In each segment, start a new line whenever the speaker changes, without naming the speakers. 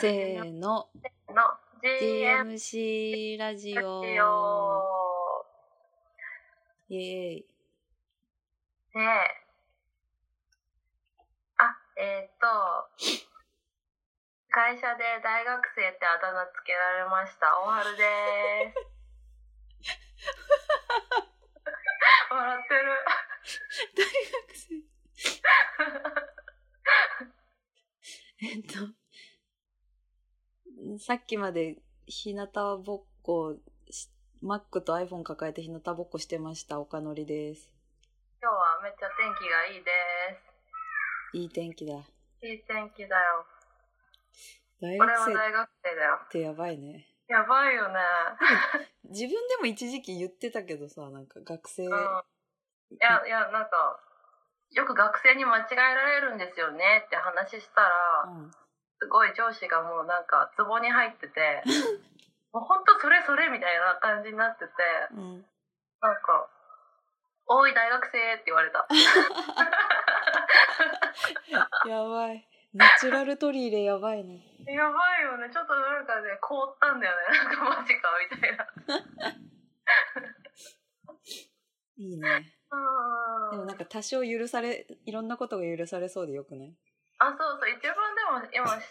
せー
の
の、
GM
GMC ラジオ。
よ。
イエー イ。
で、あ、えっ、と、会社で大学生ってあだ名つけられました。大春でーす。笑ってる。
大学生。えっと、さっきまで日向ぼっこし、Mac と iPhone 抱えて日向ぼっこしてました、岡のりです。
今日はめっちゃ天気がいいです。
いい天気だ。
いい天気だよ。
大
これ
学
は
生っ
大学生だよ。
てやばいね。
やばいよね。
自分でも一時期言ってたけどさ、なんか学生。
うん。いや、いや、なんか、よく学生に間違えられるんですよねって話したら、
うん
すごい上司がもうなんか、ツボに入って て、もうほんとそれそれみたいな感じになってて、
うん。
なんか、おい大学生って言われ た。
やばい。ナチュラル取り入れやばいね。
やばいよね。ちょっとなんかね、凍ったんだよね。なんかマジか、みたいな。
いいね。でも
うん。
なんか多少許され、いろんなことが許されそうでよくない
あ、そうそう。一番でも、今、し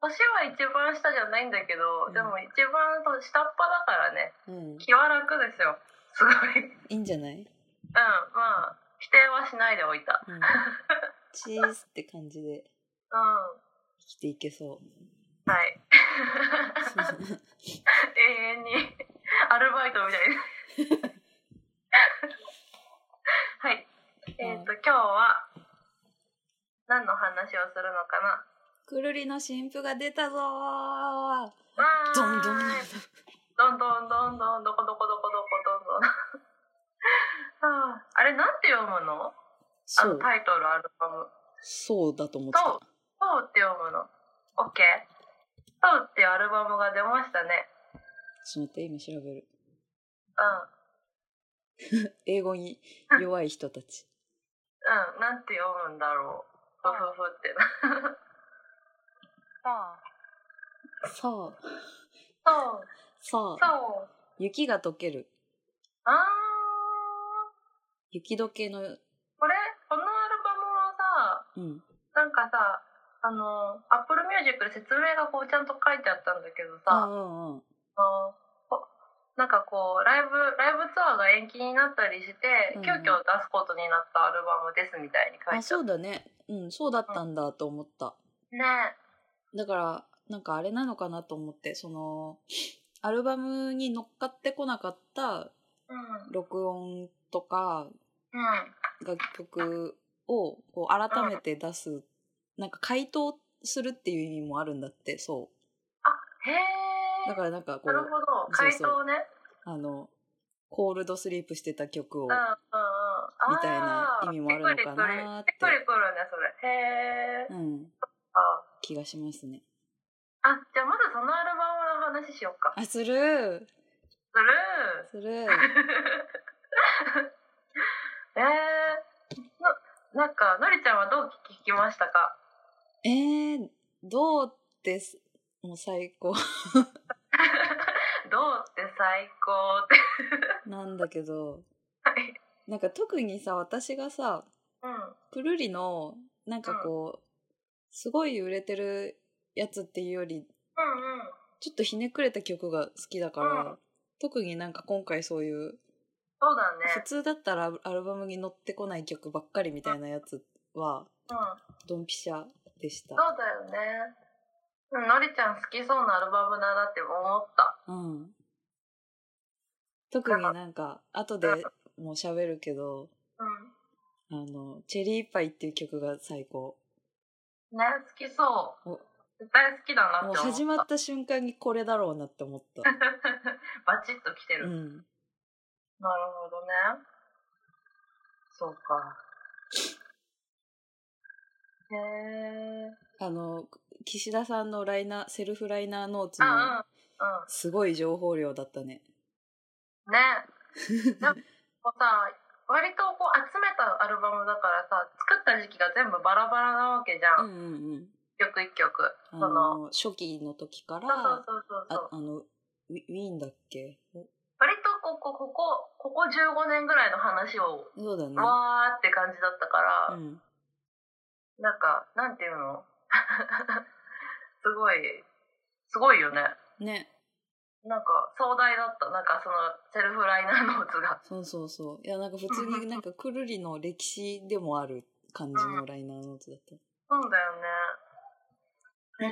年は一番下じゃないんだけど、でも一番と下っ端だからね。
うん。
気は楽ですよすごいうん
いいんじゃない
まあ否定はしないでおいた
うん。チーズって感じで
うん
生きていけそう。
はい永遠にアルバイトみたいな はいえっ、と今日は何の話をするのかな
くるりの新婦が出たぞー
わーい
どんどん。
どんどんどんどんどこどこどこどこどんどん あーあれなんて読むのあ
そ
の
う。
タイトルアルバム
そうだと思ってた。
そうって読むの。オッケー。そうっていうアルバムが出ましたね。
ちょっと待って、今調べる。
うん。
英語に弱い人たち。
うん。なんて読むんだろう。ふふふ ってな。
そ
そ
う。
う。
そう。
そう。
雪が溶ける。
あー。
雪解けの、
これ、このアルバムはさ、
うん。
なんかさ、あの、Apple Music で説明がこうちゃんと書いてあったんだけど
う
さ、あ
んうんうん。
のこなんかこう、ライブ、ライブツアーが延期になったりして、
うん
急遽出すことになったアルバムですみたいに書いてあ
あ、
った
そうだね。うん、そうだったんだと思った。
ね。
だから、なんかあれなのかなと思って、その、アルバムに乗っかってこなかった
うん。
録音とか
うん。
楽曲をこう改めて出す、なんか回答するっていう意味もあるんだって、そ
へ
う。
え
だ。からなんかこ
なる
う、
ほど。
そう
回
そう
答ね。
あの、コールドスリープしてた曲を
うんうんうん。あー
みたいな意味もあるのかなーって
びっくりくるね、それ。へえ。
うん、
あ
気がしますね。
あ、じゃあまずそのアルバムの話しようか。
あ、する
する ー。
する
えー。のなんか、のりちゃんはどう聞きましたか
えー、どうですもう最高
どうって最高って。
なんだけど、
はい
なんか特にさ、私がさ、
うん。うん。
くるりの、なんかこう、すごい売れてるやつっていうより、
うんうん。
ちょっとひねくれた曲が好きだから、
うん
特になんか今回そういう、
そうだね
普。通だったらアルバムに載ってこない曲ばっかりみたいなやつは、
うん。
ドンピシャでした。
そうだよね。うんのりちゃん好きそうなアルバムだなって思った。
うん。特になんか、後でもう喋るけど、
うん。
あの、チェリーパイっていう曲が最高。
ね、好きそう
お。
絶対好きだな
も
っ
う
て思った。
始まった瞬間にこれだろうなって思った。
バチッと来てる。
うん。
なるほどね。そうか。へえ。
あの、岸田さんのライナー、セルフライナーノーツ
うんうん。
のすごい情報量だったね。
うん。ね。 なんかこうさ、割とこう集めたアルバムだからさ、作った時期が全部バラバラなわけじゃ
う
ん。
んうんうん。
曲一曲。
あ
その、
の、初期の時から、
そうそうそうそう
あ。あの、ウィウィーンだっけお
割とここ、ここ、ここ15年ぐらいの話を、
そうだね。
わーって感じだったから、
うん。
なんか、なんていうの すごい、すごいよね。
ね。
なんか壮大だった。なんかそのセルフライナーノーツが。
そうそうそう。いや、なんか普通になんかくるりの歴史でもある感じのライナーノートだった。
そうだよね。へ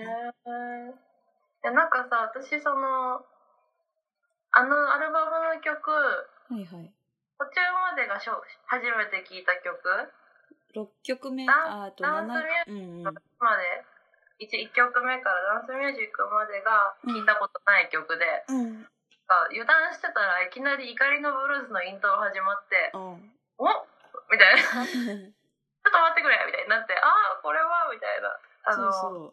え。なんかさ、私その、あのアルバムの曲、
はいはい。
途中までがしょ初めて聴いた曲
6曲目、
ダ
ああと
ダンス
7、うんうん。
まで、1, 曲目からダンスミュージックまでが聴いたことない曲で、
うん。
あ油断してたらいきなり怒りのブルースのイントロ始まって、
うん。
おみたいな。ちょっと待ってくれみたいになって、ああ、これはみたいな。あ
そ
の
うそう。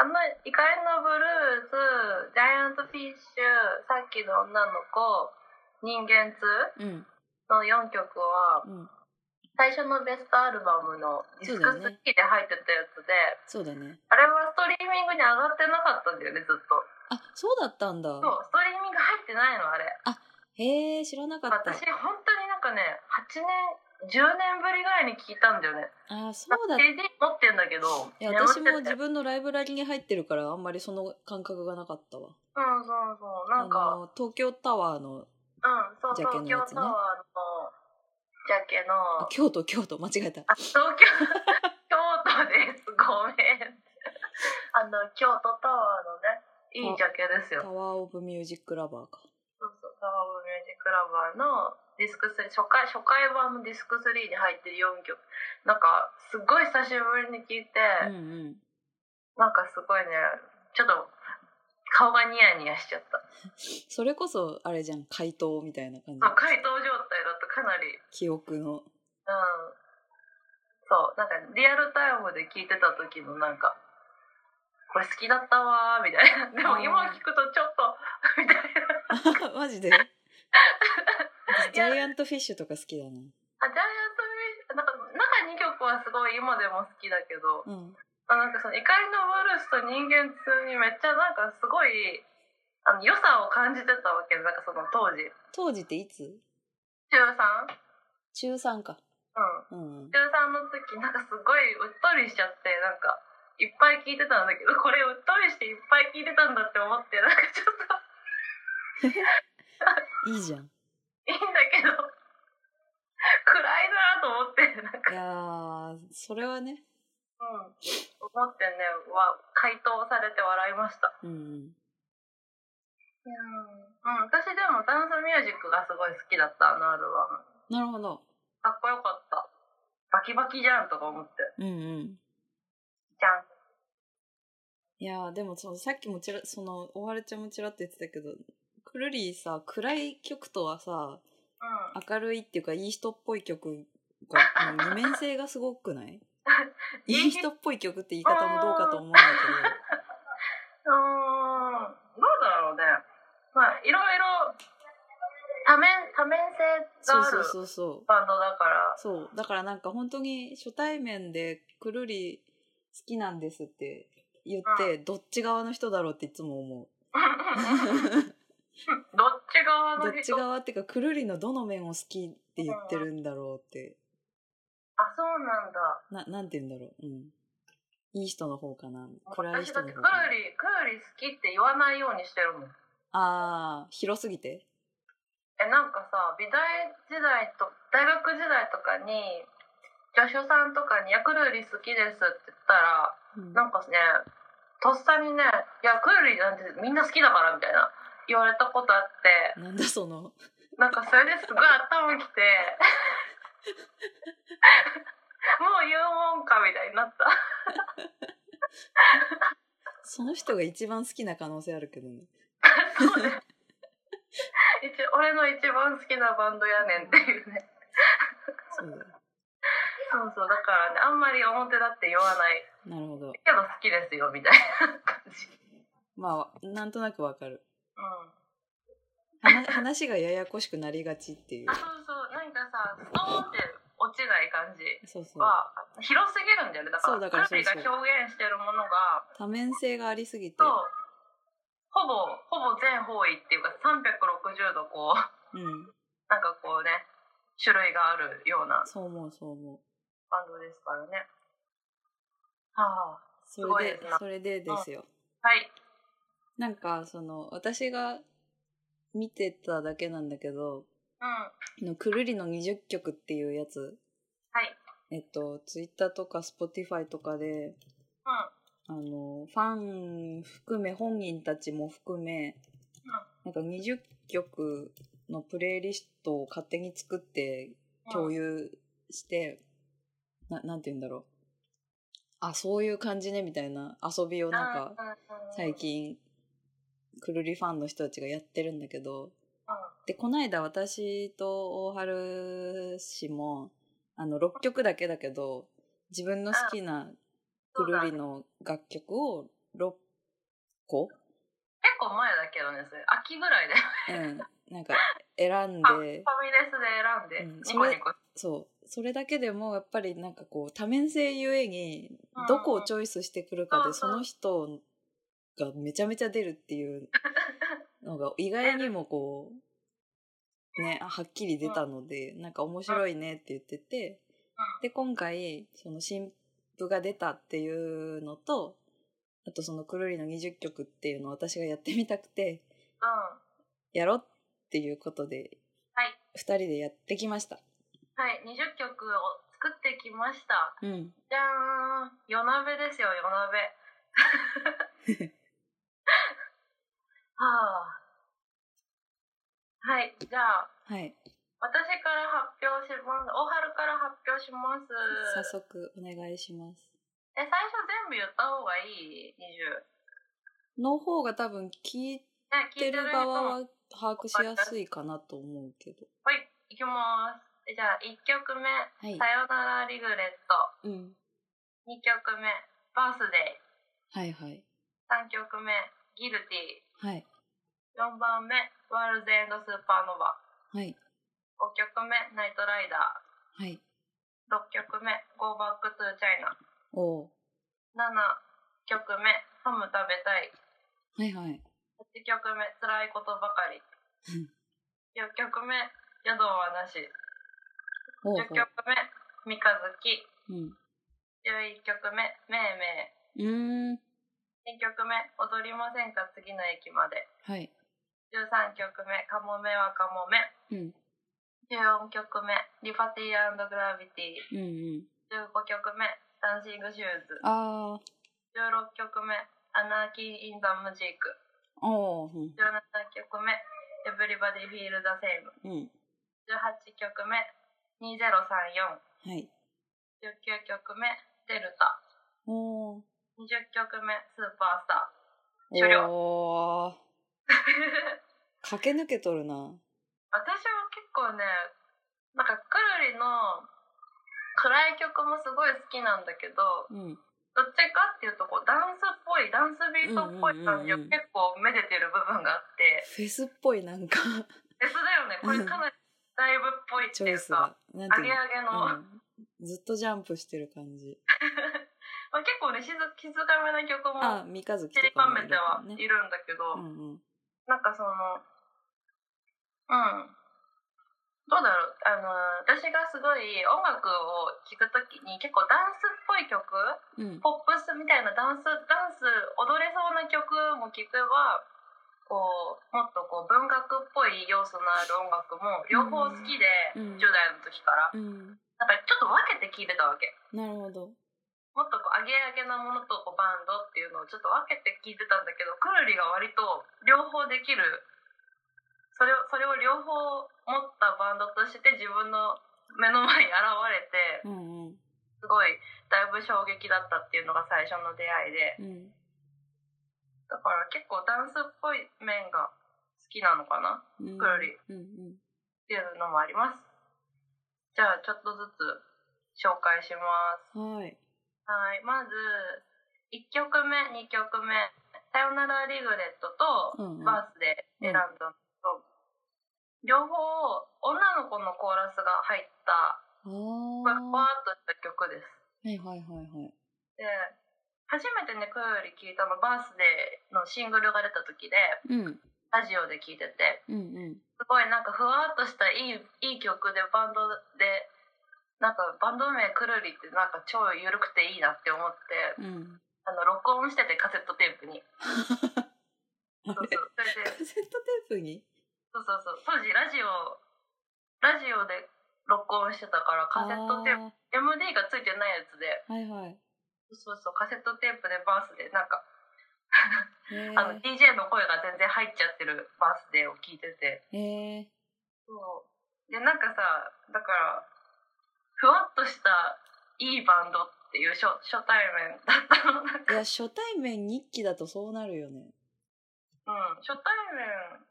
あの、怒りのブルーズ、ジャイアントフィッシュ、さっきの女の子、人間通
うん。
の4曲は、
うん。
最初のベストアルバムのディスク
そうだね
3で入ってたやつで、
そうだね。
あれはストリーミングに上がってなかったんだよね、ずっと。
あ、そうだったんだ
そ。う、ストリーミング入ってないの、あれ。
へえ、知らなかった
私、。本当になんかね、8年、10年ぶりぐらいに聞いたんだよね。
あ、そうだった。い
CD 持ってんだけど、
や、
眠っ
私
てて
も自分のライブラリに入ってるから、あんまりその感覚がなかったわ。
うん、そうそう、な
あ
んか、
の、東京タワーの、
うん、そう、
ジャケの
東京
やつね
タワーのジャケの、
あ、京都、京都、間違えた。
あ東京、 京都です、ごめん。あの、京都タワーのね、いいジャケです
タ
よ。
ワーオブミュージックラバーか。
そうそう、タワーオブミュージックラバーのディスク3、初回、初回版のディスク3に入ってる4曲。なんか、すごい久しぶりに聞いて、
うんうん。
なんかすごいね、ちょっと、顔がニヤニヤしちゃった。
それこそ、あれじゃん、回答みたいな感じ
そう、。回答状態だとかなり
記憶の。
うん そうなんかリアルタイムで聞いてた時のなんかこれ好きだったわーみたいなで
あ
も
ー
今聞くとちょっと みたいな
マジで私ジャイアントフィッシュとか好きだな。
あジャイアントミュージックなんか中2曲はすごい今でも好きだけど、
うん。
あ、なんかその怒りのブルースと人間通にめっちゃなんかすごいあの良さを感じてたわけなんかその当時
当時っていつ
中 3?
中3か。
うん
うんうん。
中3の時なんかすごいうっとりしちゃってなんかいっぱい聞いてたんだけどこれうっとりしていっぱい聞いてたんだって思ってなんかちょっと
いいじゃん。
いいんだけど暗いなと思ってなんか、
いやー、それはね。
うん、思ってねわ回答されて笑いました
うんう
う
ん。
ん、私でもダンスミュージックがすごい好きだったあのアルバム
なるほど。
かっこよかったバキバキじゃんとか思って
うんうん。
じゃん
いやー、でもそのさっきもちら、その、おはるちゃんもちらっと言ってたけど、くるりさ、暗い曲とはさ、
うん
明るいっていうか、いい人っぽい曲が、あの二面性がすごくない いい人っぽい曲って言い方もどうかと思うん だけ
うーんどうだろうね。まあ、いろいろ多面多面性が
ど。
あ
そう
る
そうそうそう。
バンドだ から。
そう。だからなんか本当に初対面でくるり好きなんですって言って、どっち側の人だろうっていつも思う。
どっち側
どっ
の
ち
人
側っていうか、くるりのどの面を好きって言ってるんだろうって。
あ、そうなんだ。
な、なんて言うんだろう。うん。いい人の方かな。暗い
私
人
だっ
の
てク
方か
ー
な。
リー、クーリー好きって言わないようにしてるもん。
あー、広すぎて。
え、なんかさ、美大時代と、大学時代とかに、助手さんとかに、いや、クーリー好きですって言ったら、
うん
なんかね、とっさにね、いや、クーリーなんてみんな好きだからみたいな言われたことあって、
なんだその、
なんかそれですごい頭きて もう言うもんかみたいになった
その人が一番好きな可能性あるけどね。
一俺の一番好きなバンドやねんっていうね
そうだよ。
そうそうだからねあんまり表だって言わない
なるほど。
けど好きですよみたいな感じ
まあ、なんとなくわかる。
うん
話話がややこしくなりがちっていう
あ。そうそうなんかさストーンって落ちない感じ
そうそう。
は広すぎるんだよねだか
そう
ら
だから
カルビが
そう
表
そう
現してるものが
多面性がありすぎて。
そうほぼほぼ全方位っていうか360度こう
うん。
なんかこうね種類があるような
そう思う、そう思う。
バンドですからね。はあ、
そ
す
れ
ごいで
で、
すな
それでですよ。
はい。
なんか、その、私が見てただけなんだけど、
うん。
あのくるりの20曲っていうやつ、
はい。
えっと、ツイッターとかスポティファイとかで、あの、ファン含め、本人たちも含め、なんか20曲のプレイリストを勝手に作って
うん。
共
有。
有して、ななんて言うんだろう。あ、そういう感じね、みたいな遊びをなんか、最。近くるりファンの人たちがやってるんだけど、
うん
でこないだ私と大春氏もあの6曲だけだけど自分の好きなく
そう
る
だ
り
結
の楽曲を6個、
構前だけどね、それ秋ぐらいで。
うん、なんか選ん
あファミ
で
レスで選ん
うん
で、ニ
それ
コニコ。
そうそれだけでもやっぱりなんかこう多面性ゆえにどこをチョイスしてくるか
う
で
ん
その人がめちゃめちゃ出るっていうのが意外にもこうねはっきり出たのでなんか面白いねって言っててで今回その新譜が出たっていうのとあとそのくるりの20曲っていうのを私がやってみたくて
うん。
やろうっていうことで
はい
2人でやってきました。
はい、20曲を作ってきました。
うん
じゃーん。夜鍋ですよ、夜 鍋。はあ。はい、じゃあ。
はい
私から発表します。大春から発表します。
早速お願いします。
え、最初全部言った方がいい ?20。
の方が多分聞い
ね、聞
て
いて
る
る人
側
も。
は把握しやすいかなと思うけど。
はい、いきます。じゃあ、1曲目、
はい
さ。よならリグレット。
うん。
2曲目、バースデイ。
はいはい。
3曲目、ギルティ。
はい。
4番目、ワールズエンドスーパーノヴ
はい。
ァ。5曲目、ナイトライダ
はい。
ー。6曲目、ゴーバックトゥチャイナ。
おう
7曲目、ハム食べたい。
はいはい。
8曲目「辛いことばかり
うん」
4曲目「宿はなし」
おう
10曲目「三日月
おう。」
11曲目「めいめ
うん。うーん。
い」2曲目「踊りませんか次の駅まで
はい。」
13曲目「かもめはかもめ
うん。」
14曲目「リパティグラビティ
うんうん。」
15曲目「ダンシングシューズ
あ」
16曲目「アナーキー・イン・ザ・ムジーク
ー。おう。うん」
17曲目「エブリバディ・フィール・ザ・セイム」
うん。
18曲目「2034」
はい。
19曲目「デルタ
おう。」
20曲目「スーパースタ終了
おー。
ー」
駆け抜けとるな。
私は結構ねなんかくるりの暗い曲もすごい好きなんだけど
うん。
どっちかっていうとこうダンスっぽいダンスビートっぽい感じを
うんうんうんうん
結構めでてる部分があって
フェスっぽいなんか、
別だよねこれかなりライブっぽいっ
チ
てい
ョイ
う
ス
か
が。なん
ア
てい
ゲ
う
アゲの、
のうん。ずっとジャンプしてる感じ。
まあ、結構ね静静かめな曲も
あ、三日月
散り
とか
ば
も
め
いる
ては
かもね。
いるんだけど、
うんうん。
なんかその、うん。どうだろうあの、私がすごい音楽を聴くときに結構ダンスっぽい曲、
うん。
ポップスみたいなダンス、ダンス踊れそうな曲も聴けば、こう、もっとこう文学っぽい要素のある音楽も両方好きで、
うん
10代の時から。
うん。
なんかちょっと分けて聴いてたわけ。
なるほど。
もっとこうアゲアゲなものとこうバンドっていうのをちょっと分けて聞いてたんだけどくるりが割と両方できるそれをそれを両方持ったバンドとして自分の目の前に現れて
うんうん。
すごいだいぶ衝撃だったっていうのが最初の出会いで
うん。
だから結構ダンスっぽい面が好きなのかなっ
うん
くるり。
うんうん。
ていうのもありますじゃあちょっとずつ紹介します
はい。
はい、まず1曲目2曲目「さよならリグレット」と
うんう
「
ん
バースで選んだのと、両方女の子のコーラスが入った
あ
ふわふわ
あ
っとした曲です
はいはいはいはい
で初めてね「クヨより聴いたのバースデーのシングルが出た時で
うん
ラジオで聴いてて
うんうん
すごいなんかふわっとしたいいいい曲でバンドでなんかバンド名くるりってなんか超緩くていいなって思って
うん
あの録音しててカセットテープに
あ
そう
れ
そうそれ
カ
で
セットテープに
そうそうそう当時ラジオラジオで録音してたからカセットテープ
あ
MD がついてないやつで
ーはいはい
そうそうカセットテープでバースでなんか
へ
あの DJ の声が全然入っちゃってるバースデーを聞いてて
えへえ
そうでなんかさだからふわっとしたいいバンドっていう初初対面だったのなんか、
い
うん、
や初対面日記だとそうなるよね
初対面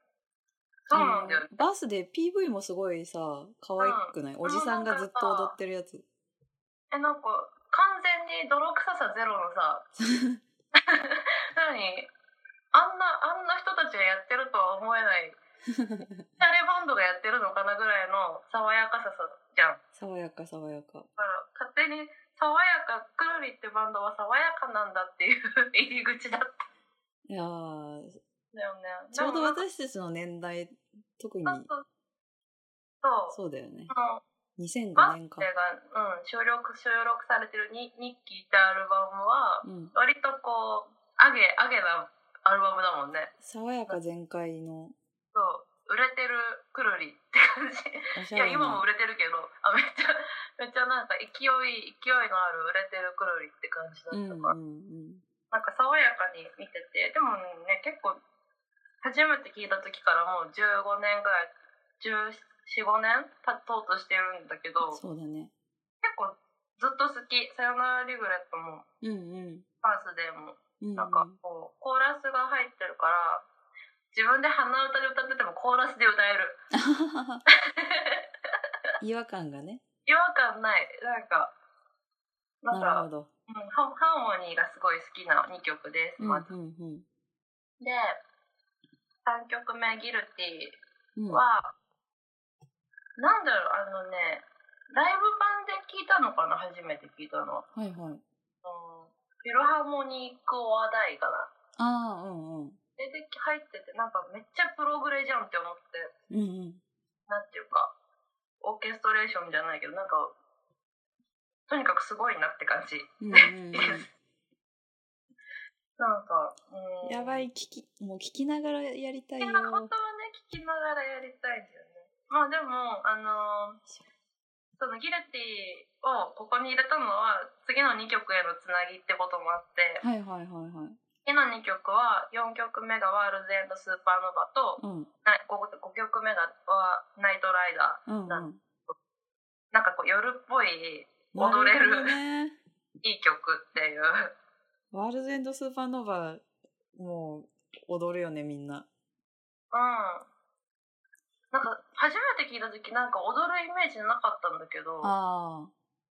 そうなんだよね
あのバースで PV もすごいさ可愛くない、おじさんがずっと踊ってるやつ
えなんか完全に泥臭さゼロの さ何あんなあんな人たちがやってるとは思えないあれバンドがやってるのかなぐらいの爽やかささじゃん
爽やか爽や
だ
か
から勝手に爽やかくるりってバンドは爽やかなんだっていう入り口だったん
いやー
だよね
ちょうど
でも
私たちの年代特に
なんかそうそうそう
そうだよね
その
2005
バー
年
ス
か
デーが、うん、収録収録されてるにニッキーってアルバムは
うん
割とこうアゲアゲなアルバムだもんね
爽やか全開の
そう売れてるくるりって感じ
おし
いや
ゃれ
今も
な
売れてるけどあめっちゃめっちゃなんか勢い勢いのある売れてるくるりって感じだっ
うん
た
うん
から、
うん
なんか爽やかに見ててでもね結構初めて聞いた時からもう15年ぐらい1415年経とうとしてるんだけど
そうだね
結構ずっと好き「さよならリグレット」も
うんうん
「バースデー」も
うんうん
なんかこうコーラスが入ってるから自分で鼻歌で歌っててもコーラスで歌える
違和感がね
違和感ないなんかなん
なる
か
ほど
うん、ハハーモニーがすごい好きな2曲です、
うんう
まず
んうん
で3曲目「ギルティ
うん
は、なんだろう、あのね、ライブ版で聞いたのかな、初めて聞いたのは。
はいはい
うん、フィルハーモニック・オア・ダイかな。
ああうんうん
それで入ってて、なんかめっちゃプログレじゃんって思って、
うんうん
なんていうか、オーケストレーションじゃないけど、なんか、とにかくすごいなって感じ。
う んうんうん
なんか、うん
やばい。聞きもう聞きながらやりたい
いや
よ
本当はね、聞きながらやりたいんだよね。まあでも、あのーそのギルティをここに入れたのは次の2曲へのつなぎってこともあって
はいはいはいはい
次の2曲は4曲目が「ワールズ・エンド・スーパーノバと
うん
な 5, 曲目がは「ナイト・ライダー
うんうん
な」なんかこう夜っぽい
な
踊れる
ほどね
いい曲っていう
ワールズエンドスーパーノヴァもう踊るよねみんな
うんなんか初めて聞いた時なんか踊るイメージなかったんだけど
ああ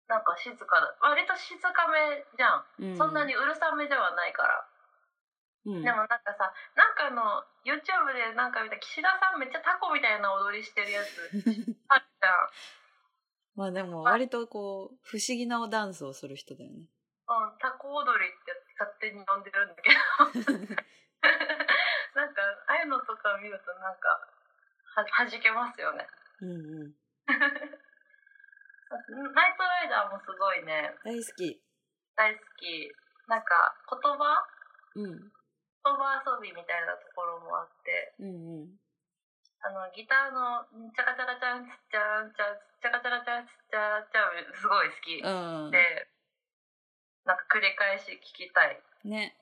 なんか静かだ割と静かめじゃん、
うん
そんなにうるさめではないから
うん
でもなんかさなんかあの YouTube でなんか見た岸田さんめっちゃタコみたいな踊りしてるやつあるじゃ ん、
まあでも割とこう不思議なおダンスをする人だよね
うん、タコ踊りって勝手に呼んでるんだけど なんかああいうのとか見るとなんかははじけますよね
うんうん
ナイトライダーもすごいね
大好き
大好きなんか言葉
うん
言葉遊びみたいなところもあって
うんうん
あのギターの「チャカチャカチャンチャチャンチャチャカチャカチャンチャチャ」すごい好き、
うん
でなんか繰り返し聞きたい。
ね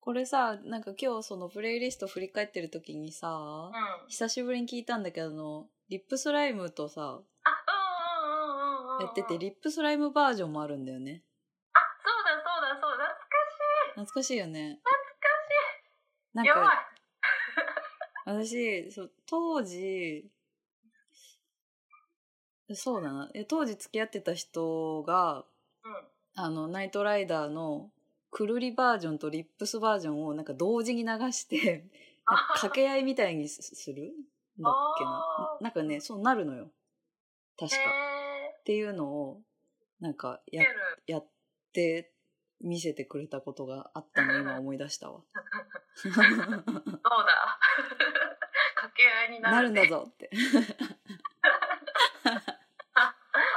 これさなんか今日そのプレイリスト振り返ってる時にさ、
うん。あ、
久しぶりに聞いたんだけどあのリップスライムとさ
うんうんうんうんうん。
やってて
リ。
リップスライムバージョンもあるんだよね
あ、そうだそうだそうだ。懐か
懐かしいよ
し
ね
い。
懐
や
かしいな
ば
ん
い
か。私そう当時そうだないや当時付き合ってた人が
うん。
あのナイトライダーのくるりバージョンとリップスバージョンをなんか同時に流してなんか掛け合いみたいにすするんだっけな
あ
ななんかねそうなるのよ確か
へえ。
っていうのをなんか
け
や
る。
やって見せてくれたことがあ ったの今思い出した
ど
わ。
うだ掛け合いに
な
な
る
る
ん
ね
だぞって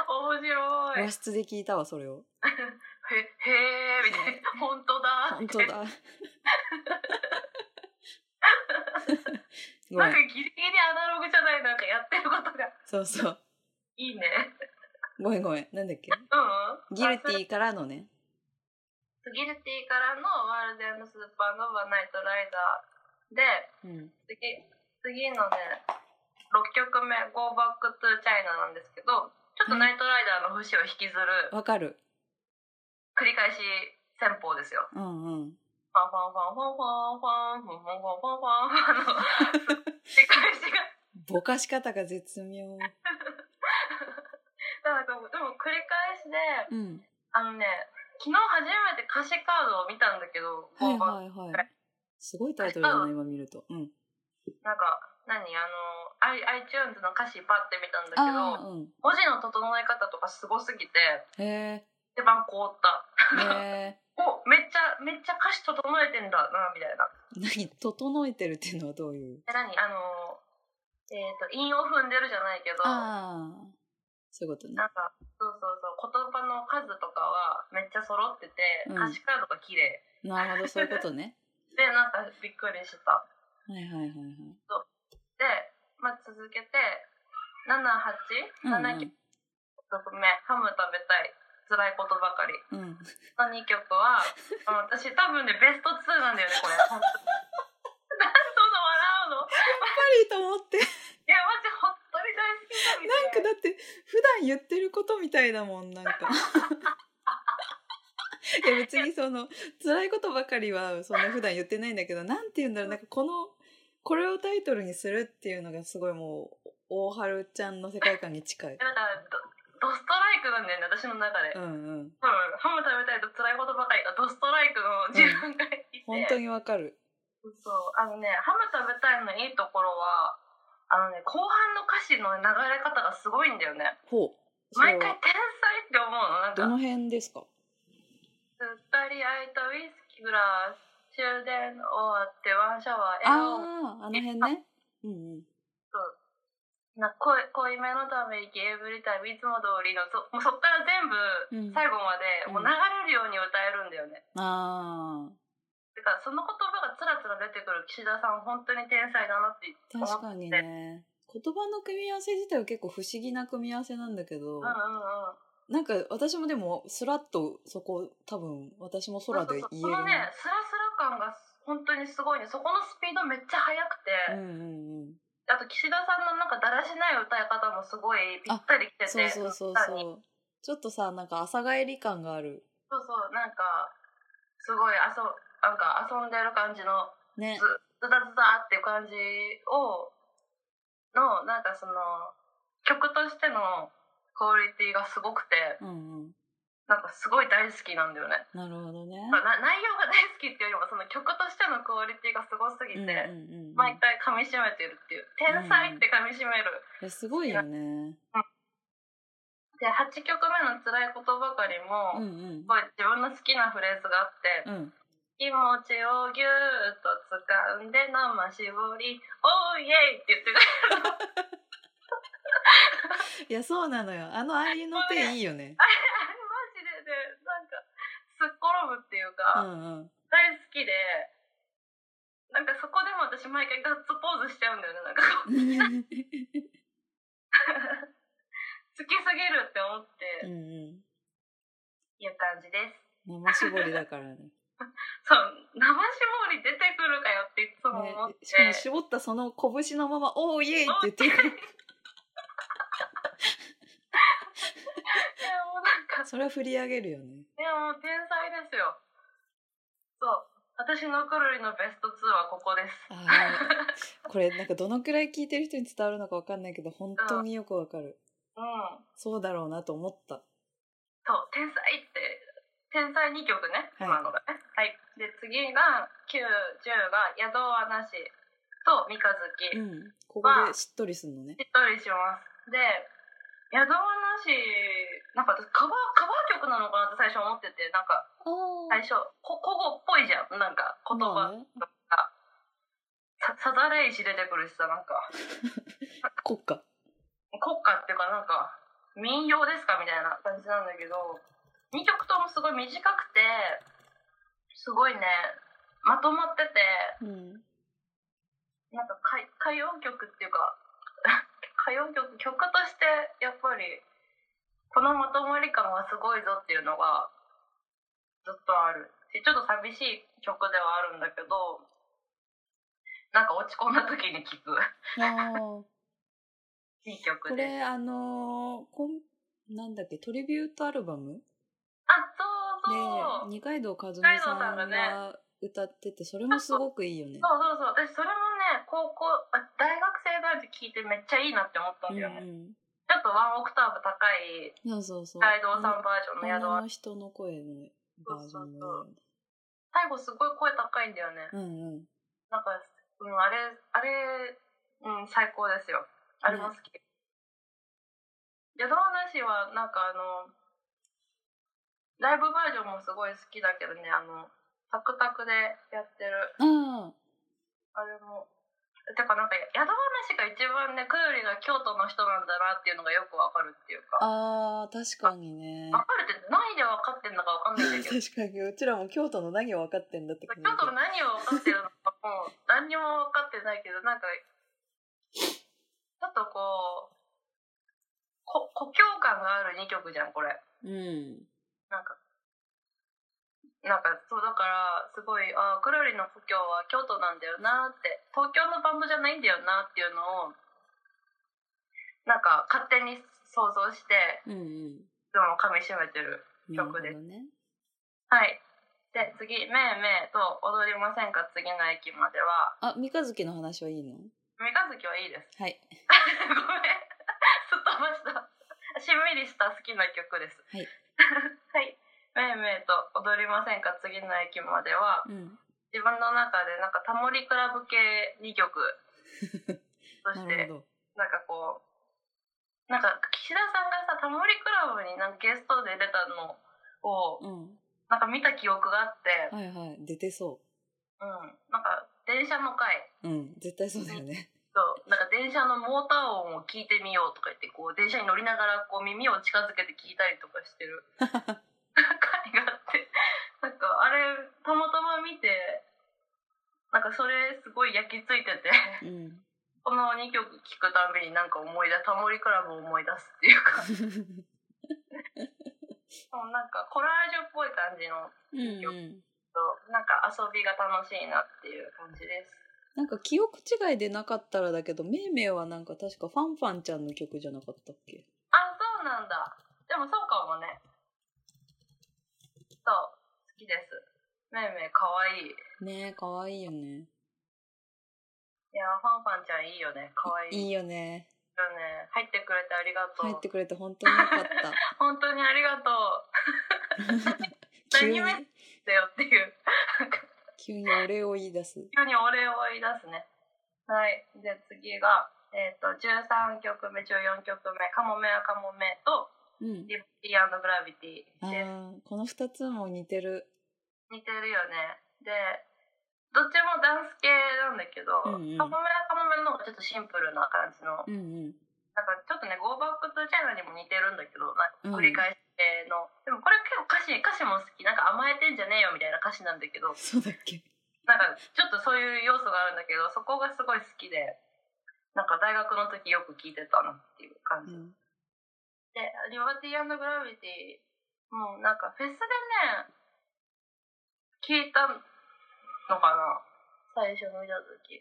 面白い
和室で聞いたわそれを。
へへーみたいな本当だ
本当 だ。ごめ
なん
ん
か。ギリギリアナログじゃないなんかやってることが
そうそう。
いいね
ごめんごめん。なんだっけ
うん
ギルテ
ィ
ィからのね。
ギルティからのワールドスーパーノバナイトライダーで
うん。
次次のね6曲目「Go Back to China」なんですけどちょっとナイトライダーの節を引きずる
わかる。
繰り返し戦法ですよ
うんうん。
ファンファンファンファンファンファンファンファンファンファンファンファンの世界史が
ぼかし方が絶妙。
なんかでも繰り返しで
うん。
あのね昨日初めて歌詞カードを見たんだけど、
はい
こう
はいはい。すごいタイトルだ
う
ね、今見ると。うん。
なんか何あの I iTunes の歌詞パッて見たんだけ
あ
ど
あ、うん。
文字の整え方とかすごすぎて
へえ。
手番凍った
へえ。
おめっちゃめっちゃ歌詞整えてんだなみたいな
何 整えてるっていうのはどういう
え何あのえっ、と韻を踏んでるじゃないけど
ああ。そういうことね。
なんかそうそうそう言葉の数とかはめっちゃ揃ってて、
うん
歌詞カードが綺麗
なるほど、そういうことね。
でなんかびっくりした
はいはいはいはい。
で、まあ、続けて
うん
7879曲目「ハム食べたい辛いことばかり
うん。うん。」
の2曲はあ私多分ねベスト2なんだよねこれ 本当になんとの笑うの
いいと思って。
いやマジ本当に大好きだみ
なん
た
か
いな
だって普段言ってることみたいだもん なんかいや別にその辛いことばかりはそんな普段言ってないんだけどなんて言うんだろうなんかこのこれをタイトルにするっていうのがすごいもう大春ちゃんの世界観に近い
だからドドストライクなんだよね私の中で
うんうん
多分ハム食べたいと辛いことばかりがドストライクの自分がいて、
本当にわかる
そうあのねハム食べたいのいいところはあのね後半の歌詞の流れ方がすごいんだよね
ほうそ
毎
れ
回
は
天才って思うのなんか
どの辺ですか
すっかり空いたウイスキーグラス終電終わってワンシャワーエロ
あああの辺ねうんうん
な濃い濃いめのためにゲームリタイムいつも通りのそもうそっから全
う
部
ん
最後までもう流れるように歌えるんだよね、
ああ
てかその言葉がつらつら出てくる岸田さん本当に天才だなって思って
確かにね言葉の組み合わせ自体は結構不思議な組み合わせなんだけ
うんうん
ど、
うん
なんか私もでもスラッとそこ多分私も空
そ
で言え
うそうそうこ
る
のねスラスラ感が本当にすごいねそこのスピードめっちゃ速く
う
て、
んうんうん
あと岸田さんのなんかだらしない歌い方もすごいぴったりきてて
そうそうそう
歌に
そうちょっとさなんか朝帰り感がある
そうそうなんかすごい遊なんか遊んでる感じの
ね
ずズダズダっていう感じをのなんかその曲としてのクオリティがすごくて
うんうん
なんかすごい大好きなんだよね、
なるほどね
まあな内容が大好きっていうよりもその曲としてのクオリティがすごすぎ
う
て、
んうんうん
毎回噛み締めてるっていう天才って噛み締める、
いやすごいよね
で8曲目の「辛いことばかり
うん
も」
う
す
ん
ごい自分の好きなフレーズがあって
うん
「気持ちをぎゅーっと掴んで生絞りおーイエイ!」って言ってくる
いやそうなのよあの愛の手いいよね
あれマジでねなんかすっ転ぶっていう
う
か、
んうん
大好きでなんかそこでも私毎回ガッツポーズしちゃうんだよねなんか好きすぎるって思っ
う
て
んうん
いう感じです
生絞り だからね
そう生絞り出てくるかよっていつも
ね
思って、
しかも絞ったその拳のまま「おーイエイ!」って言ってくる
いやもうなんか
それは振り上げるよね
いやもう天才ですよそう私のくるりのベスト2はここです
あーこれなんかどのくらい聞いてる人に伝わるのかわかんないけど本当によくわかる
うん
そうだろうなと思った
そう天才って天才2曲ね
はい
今のがねはい、で次が910が「宿はなし」と「三日月」
う
しっ
んここでしっとりすんのね
とりしますで宿話、なんか私、カバー、カバー曲なのかなって最初思ってて、なんか、
あ
最初、こ古語っぽいじゃん、なんか、言
まあ
葉
ね、
とか。ささざれ石出てくるしさ、なんか、
国歌。
国歌っていうか、なんか、民謡ですかみたいな感じなんだけど、2曲ともすごい短くて、すごいね、まとまってて、
うん。
なんか歌歌謡曲っていうか 歌謡曲曲としてやっぱりこのまとまり感はすごいぞっていうのがずっとあるしちょっと寂しい曲ではあるんだけどなんか落ち込んだ時に聴く
ああ。
いい曲
こ
で
れ、あのーこん、なんだっけ、トリビュートアルバム
あそう
で
そう、
二階堂和美
二階堂
さ
さん
ん
がね
が歌ってて、それもすごくいいよね。
そうそうそう私それもね高校あ大学生ぐらいで聴いてめっちゃいいなって思った
うんん
だよね、
う
ちょっとワンオクターブ高い
ん。そうそうそう。
大道さんバージョンの
女
宿は
の人の声のバージョンのような
最後すごい声高いんだよね、
うんうん。
なんか、うん、あれ、あれ、うん、最高ですよ。あれも好き。宿話は、なんかあの、ライブバージョンもすごい好きだけどね、あの、タクタクでやってる、
あ
あれも。てかなんか、宿話が一番ね、クよりが京都の人なんだなっていうのがよくわかるっていうか、
あ、あー確かにね。
わかるって何でわかってんのかわかんないんだけ ど、
確かに、うちらも京都の何を分かってんだって
京
感じ。
都の何を分かってるのかもう何にも分かってないけどなんかちょっとこうこ故郷感がある2曲じゃんこれ
うん。
なんかなんかそうだからすごいああクロリの故郷は京都なんだよなって東京のバンドじゃないんだよなっていうのをなんか勝手に想像して
うんうん。
いつも噛みしめてる
なるほ
曲で
どね。
はいで次「めいめい」と「踊りませんか次の駅までは」
あ、三日月の話はいいの
三日月はいいです。
はい。
ごめん。すっ飛ばした。しんみりした好きな曲です。
はい。
はい。めいめいと踊りませんか次の駅までは、
うん。
自分の中でなんかタモリクラブ系2曲 とし
な
て
る、ほど。
なんかこう、なんか岸田さんがさ、タモリクラブになんかゲストで出たのを、
う
なんか見た記憶があって
ん。、はいはい。出てそ
うん。なんか電車の回。
う。うん。絶対そうだよね。
そうなんか電車のモーター音を聞いてみようとか言ってこう電車に乗りながらこう耳を近づけて聞いたりとかして る回があってなんかあれたまたま見てなんかそれすごい焼き付いてて
うん。
この2曲聴くたんびになんか思い出タモリクラブを思い出すっていうか もうなんかコラージュっぽい感じの
うんうん。
そうなんか遊びが楽しいなっていう感じです
なんか記憶違いでなかったらだけど、めいめいはなんか確かファンファンちゃんの曲じゃなかったっけ
あそうなんだでもそうかもねそう好きですめいめいかわいい
ねえ、かわいいよね。
いやーファンファンちゃんいいよねかわい
い
いよね
いよね。
入ってくれてありがと
入
う
ってくれて本当によかった。
本当にありがとう
急 に
何、目だよっていう
急にお礼を言い出す。
急にお礼を言い出すねはいじゃあ次がえっ、と13曲目14曲目「カモメはカモメ」と
う
「
ん
リリーグラビティ」
あ
です
ーこの二つも似てる。
似てるよねでどっちもダンス系なんだけど、
うんうん
カモメはカモメの方がちょっとシンプルな感じの、
うんうん。
なんかちょっとね「ゴーバック・トゥ・チャイナ」にも似てるんだけどなんか
うん
繰り返し系の、でもこれ結構歌詞歌詞も好きなんか甘えてんじゃねえよみたいな歌詞なんだけど
そうだっけ
なんかちょっとそういう要素があるんだけどそこがすごい好きでなんか大学の時よく聴いてたなっていう感
う
じ、
ん。
で、リバティグラビティ、もうなんかフェスでね、聞いたのかな最初見た時。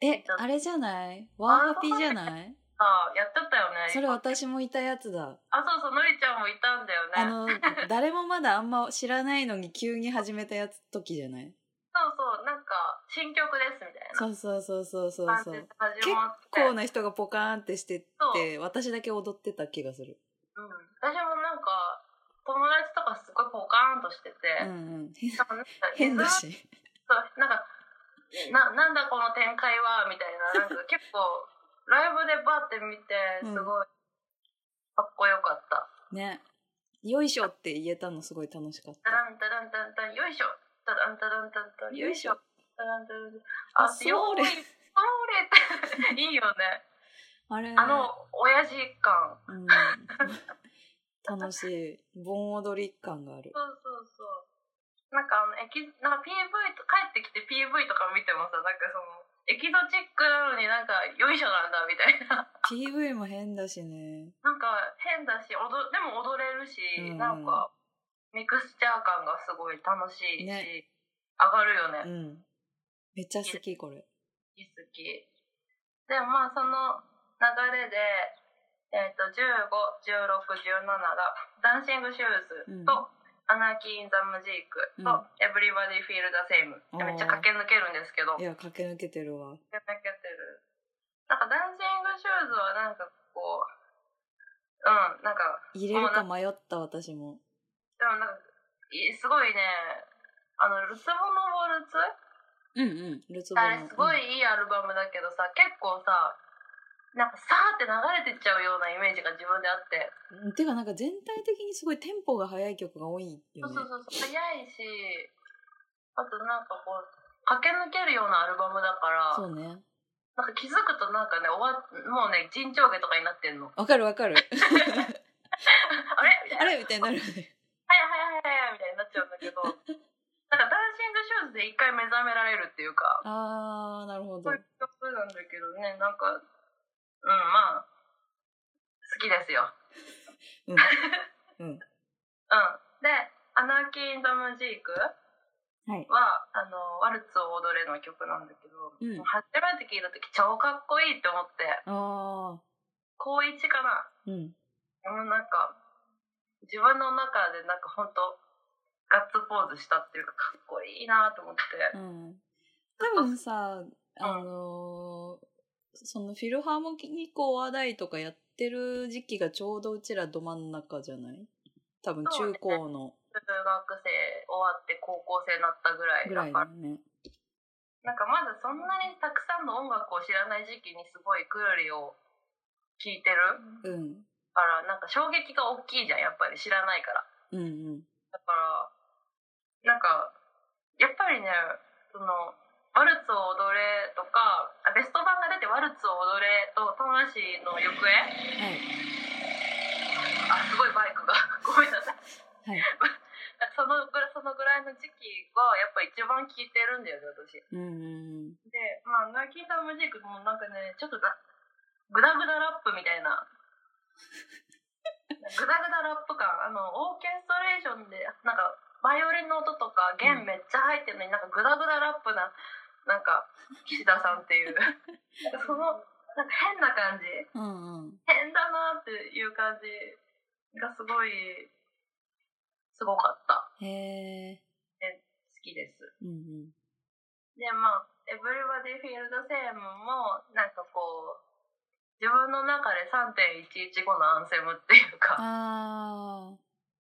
え、あれじゃないワーハピじゃない
ああ、やってたよね。
それ私もいたやつだ。
あ、そうそう、のりちゃんもいたんだよ
あ
ね。
の、誰もまだあんま知らないのに急に始めたやつ時じゃない
そうそう、なんか、新曲ですみたいな
そうそうそうそうそう
感
そ
じで
う。
始まって。
こうな人がポカーンってしてっ
そう。
て、私だけ踊ってた気がする。
うん。私もなんか、友達とかすごいポカーンとしてて、
うんうん。へ
なんかなんか
変だし。
そうなんかななんだこの展開 はみたいななんか結構ライブでバーって見てすごい、かっこよかった。
ね。よいしょって言えたのすごい楽しかった
らんたらんたらんたらん、よいしょ。たらんたらんたらんたらん、
た。よいしょ。。
たらんたらんたらん
あ、
あ、
そ
それ。
れ。
それって いいよね。
あれ。
あの、親父感。
うん。楽しい。盆踊り感があ る。
そうそうそう。なんかあの、エキなんか PV と、帰ってきて PV とか見てもさ、なんかその、エキゾチックなのになんか、よいしょなんだみたいな。
PV も変だしね。
なんか変だし、踊でも踊れるし、
うん
なんか、ミクスチャー感がすごい楽しいし、
ね
上がるよね。
うん。めっちゃ好き、これ。
好き好き。で、まあ、その流れで、えっ、と、15、16、17が、ダンシングシューズ
うん
と、アナーキー・イン・ザ・ムジークと、
うん
エブリバディ・フィール・ダ・セイム。
おー
めっちゃ駆け抜けるんですけど、
い
駆
や、駆け抜けてるわ。
け抜けてる。なんか、ダンシングシューズはなんかこう、うん、なんか、
入れるか迷った、私も。
でもなんか、いすごいね、あの、ルツボのボルツ
うんうん。ルツボの。
あれすごいいいアルバムだけどさ、結構さ、なんかさーって流れてっちゃうようなイメージが自分であって。
うん。てか、なんか全体的にすごいテンポが速い曲が多いよ
そう
ね。
そうそう、早いし、あとなんかこう、駆け抜けるようなアルバムだから、
そうね。
なんか気づくとなんかね、終わっもうね、陣長下とかになって んの。
わかるわかる。
あれみたいな
あれみたいになる。
はいはいはいはいみたいになっちゃうんだけど、なんかダンシングシューズで一回目覚められるっていうか、
あー、なるほど
そうい。う曲なんだけどね、なんか、うん、まあ、好きですよ。
うん。うん。
うん。で、アナーキー・イン・ザ・ムジーク
はい。
は、あの、ワルツを踊れの曲なんだけど、
うん
も初めて聞いた時超かっこいいって思って、
あ
高1かな。
ー、うん。
もうなんか、自分の中でなんかほんと、ガッツポーズしたっていうか、かっこいいなと思って。
うん。多分さ、あのーそのフィルハーモニコ話題とかやってる時期がちょうどうちらど真ん中じゃない多分中高の
中学生終わって高校生になったぐらい
ぐ
だ
らい
か
だ
ら、
ね。
なんかまだそんなにたくさんの音楽を知らない時期にすごいクルリを聴いてる
うん。
から、なんか衝撃が大きいじゃん、やっぱり知らないから。
うんうん。
だから、なんか、やっぱりね、その、ワルツを踊れとか、あベスト版が出てワルツを踊れと、魂の行方
はい。
あ、すごいバイクが。 ごめんなさい。
はい。
そのぐらい、そのぐらいの時期は、やっぱ一番聴いてるんだよね、私。
うんうん
で、まあ、ナキータムジークもなんかね、ちょっとだ、グダグダラップみたいな。グダグダラップ感。あの、オーケストレーションで、なんか、バイオリンの音とか弦めっちゃ入ってるのに、なんかグダグダラップな、なんか、岸田さんっていう。なんかその、なんか変な感じ。
うん。うんうん。
変だなっていう感じがすごい、すごかった。
へえ。
好きです。
うんうん。
でまあ「エブリバディ・フィールド・セーム」もなんかこう自分の中で3.115のアンセムっていうか。
あー。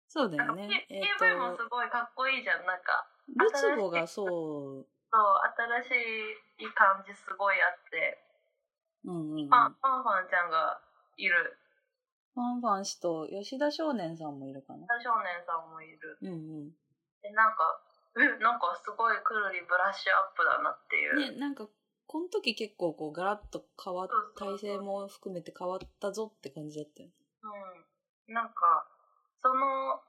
そうだ
なんか
よね。
P-
えっ
PV も
と
す、ごいかっこいいじゃんなんか
ルツボがそ
そう新しい感じすごいあって
う、うんうんうん。フ
ファンファンファンちゃんがいる
ァンファン氏と吉田少年さんもいるかな。
田少年さんもいる
うんうん。
でなんかえなんかすごいくるりブラッシュアップだなっていう、
ね、なんか、この時結構こう、ガラッと変わっ
そう、そうそう
体制も含めて変わったぞって感じだったよね。
うん、なんかその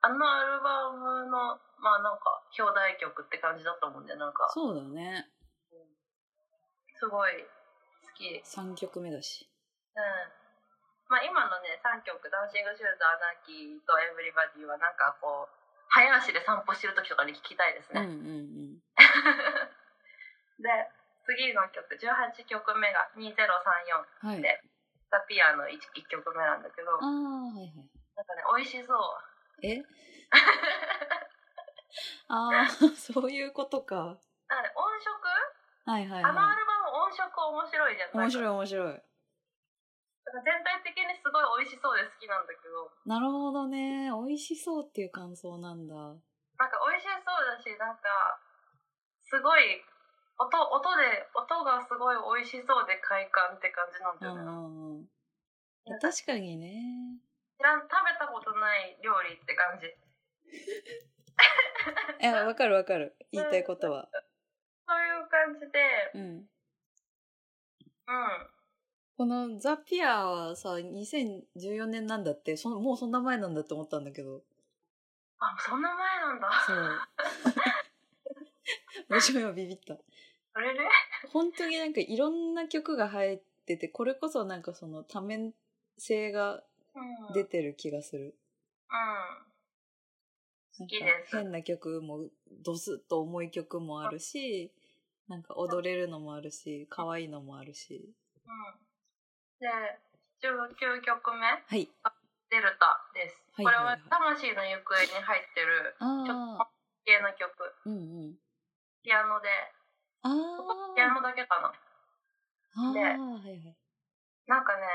あのアルバムのまあなんか表題曲って感じだったもんねなんか
そうだね。
すごい好き、うん
3曲目だし。
まあ、今のね3曲「ダンシング・シューズ」「アナーキー」と「エブリバディ」はなんかこう早足で散歩してる時とかに聴きたいです
うんうん
ね、 で次の曲18曲目が2034
うん。はい。
で「ザ・ピアの 1, 一曲目なんだけど
ああ、はいはい。
なんかね美味しそう
えああ、 そういうことか。
なんかね音色
はいはい
あのア
は
ルバム音色面白いじゃん
い。
な
面
んか
白い面白い。
なんか全体的にすごい美味しそうで好きなんだけど
なるほどね。美味しそうっていう感想なんだ。
なんか美味しそうだしなんかすごい音音で音がすごい美味しそうで快感って感じなん
う
だ
ん
よ
う
ね、
んうん。
なんか
確かにね。
らん食べたことない料理って感じ
いやわかるわかる言いたいことは
そういう感じで
うん
うん
このザ・ピアはさ2014年なんだってそのもうそんな前なんだって思ったんだけど
あそんな前なんだ
そう 私も今ビビった
あれれ
本当になんかいろんな曲が入っててこれこそなんかその多面性が
うん
出てる気がする、
うん
なんか
きです
変な曲もドスッと重い曲もあるしなんか踊れるのもあるし可愛いのもあるし
うんで19曲目
はい
デルタです、
はいはいはい
これは魂の行方に入ってる
あ
ちょっ
あ
と系の曲
うんうん
ピアノで
あー
ピアノだけかな
あー
で
はいはい
なんかね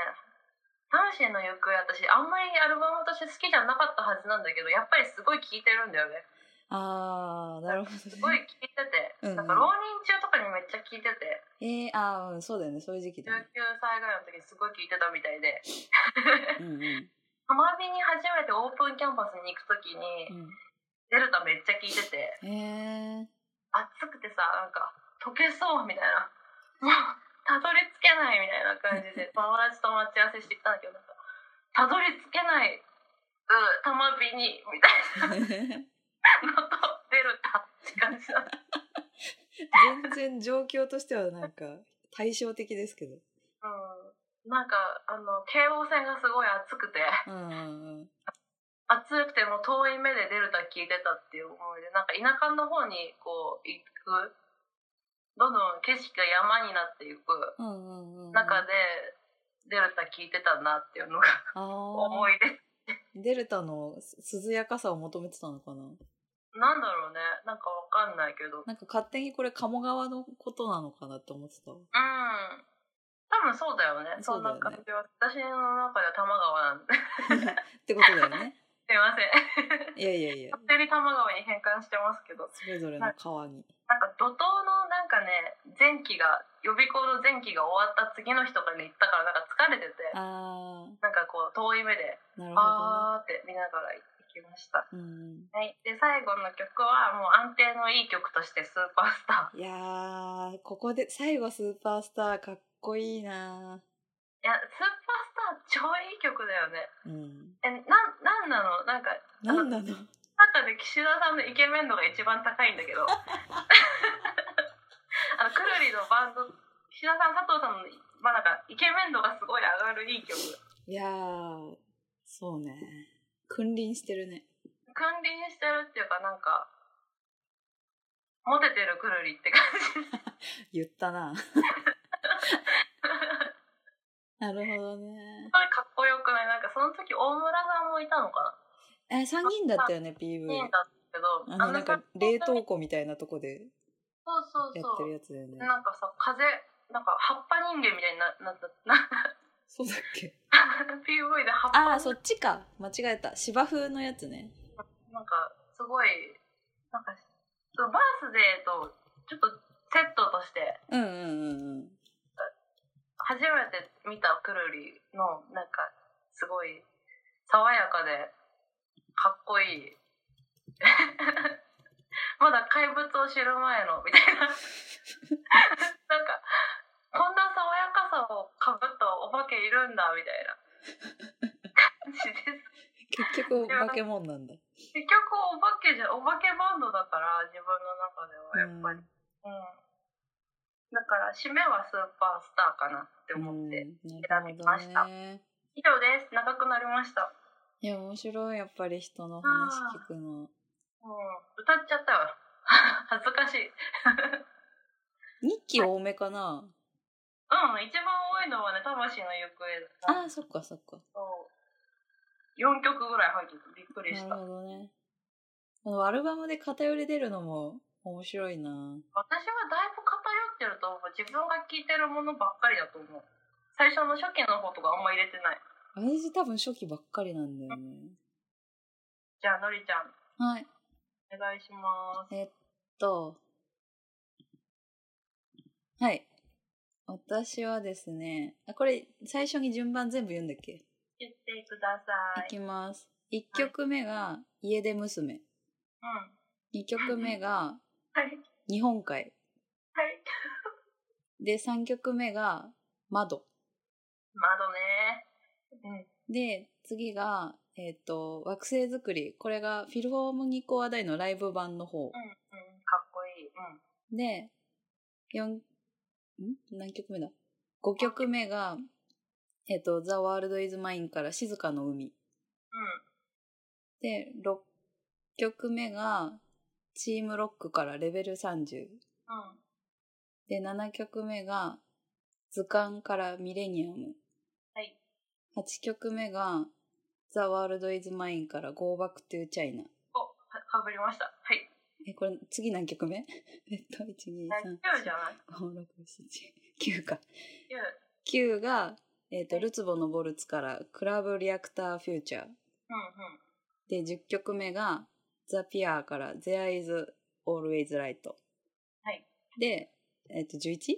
魂の行方私あんまりアルバムとして好きじゃなかったはずなんだけどやっぱりすごい聴いてるんだよね
ああなるほ
す
ど
ご
ね
い聴いてて
うんうん
なんか浪人中とかにめっちゃ聴いてて
えー、ああうんそうだよねそういう時期だね
19歳ぐらいの時すごい聴いてたみたいで
うんうんうん
浜辺に初めてオープンキャンパスに行く時にデルタめっちゃ聴いてて
えー、
暑くてさなんか溶けそうみたいな もうたどり着けないみたいな感じで友達と待ち合わせしてきたんだけどなんかたどり着けないうんたまびにみたいなのとデルタって感じだった
全然状況としてはなんか対照的ですけど
うんなんかあの京王線がすごい暑くて
うんうんうん
暑くてもう遠い目でデルタ聞いてたっていう思いでなんか田舎の方にこう行くどんどん景色が山になっていく
うんうんうん
中でデルタ聞いてたなっていうのが
あー
思い出
デルタのす涼やかさを求めてたのかな
なんだろうねなんかわかんないけどうん
なんか勝手にこれ鴨川のことなのかなって思ってたわ
多分そうだよねそ
そうんだよ
な
ね
感じは、私の中では多摩川なんで す
ってことだよね
いません
いやいやいや
勝手に多摩川に変換してますけど
それぞれの川に
なんか怒涛のなんかね前期が予備校の前期が終わった次の日とかに行ったからなんか疲れてて
あ
なんかこう遠い目で
ーなるほどね
あーって見ながら行きました
うん
はいで最後の曲はもう安定のいい曲として「スーパースター」
いやーここで最後スーパースターかっこいいない
やスーパースター超いい曲だよね
うん
えなんなんなのなんか
なんなの
中で岸田さんのイケメン度が一番高いんだ けどあのくるりのバンド岸田さん佐藤さんの、まあ、なんかイケメン度がすごい上がるいい曲
いやーそうね君臨してるね
君臨してるっていうかなんかモテてるくるりって感じ
言ったななるほど
す
ね
ごいかっこよくないなんかその時大村さんもいたのか
え3人だったよね PV
な、いいんだけど
あのなんか
あの
冷凍庫みたいなとこで
そうそう
やっ
そ
て
う
るやつだよね
なんかさ風なんか葉っぱ人間みたいにななった な
そうだっけ
PV で葉っ
あ
ぱ
あそっちか間違えた芝生のやつね
なんかすごいなんかそうバースデーとちょっとセットとして
うんうんうんうん
初めて見たくるりのなんかすごい爽やかでかっこいい まだ怪物を知る前のみたいな なんかこんな爽やかさをかぶったお化けいるんだみたいな感じです
結局化け物なんだ
結局お化けじゃお化けバンドだから自分の中ではやっぱり、うんだから締めはスーパースターかなって
うん
思って、
なる
選びまし
ほど
た
ね
以上です長くなりました、
いや面白いやっぱり人の話聞くの
うん、歌っちゃったよ 恥ずかしい
日記多めかな
うん一番多いのはね「魂の行方」
ああーそっかそっか
そう4曲ぐらい入っててびっくり
な
し
る
た
ほどねこのアルバムで偏り出るのも面白いな
私はだいぶ偏ってると思う自分が聴いてるものばっかりだと思う最初の初期の方とかあんま入れてない
私多分初期ばっかりなんだよね
じゃあのりちゃん
はい
お願いします
えっと、はい。私はですね、あ、これ、最初に順番全部言うんだっけ
言ってくださ
い
い。
きます。1曲目が家出娘。
うん。
2曲目が
はい。
日本海。
はい。
で、3曲目が窓。
窓ね。うん。
で、次が、えっ、と、惑星作り。これがフィルホームニコア大のライブ版の方。
うん。かっこいい。うん。
で、四ん何曲目だ ?5 曲目が、えっ、と、The World is Mine から静かの海。
うん。
で、6曲目が、チームロックからレベル30。
うん。
で、7曲目が、図鑑からミレニアム。
はい。
8曲目が、The World is Mine から Go Back to China。
お、はかぶりました。はい。
え、これ、次何曲目 えっと、1、2、
大丈
3、
夫じゃない
4、5、6、7、9か。
うん。う
9が、えっ、と、
はい
ルツボのボルツから、クラブリアクターフューチャー。
んうん。
で、10曲目が、ザ・ピアーから、There is Always Light。
はい
で、えっ、と、11?
う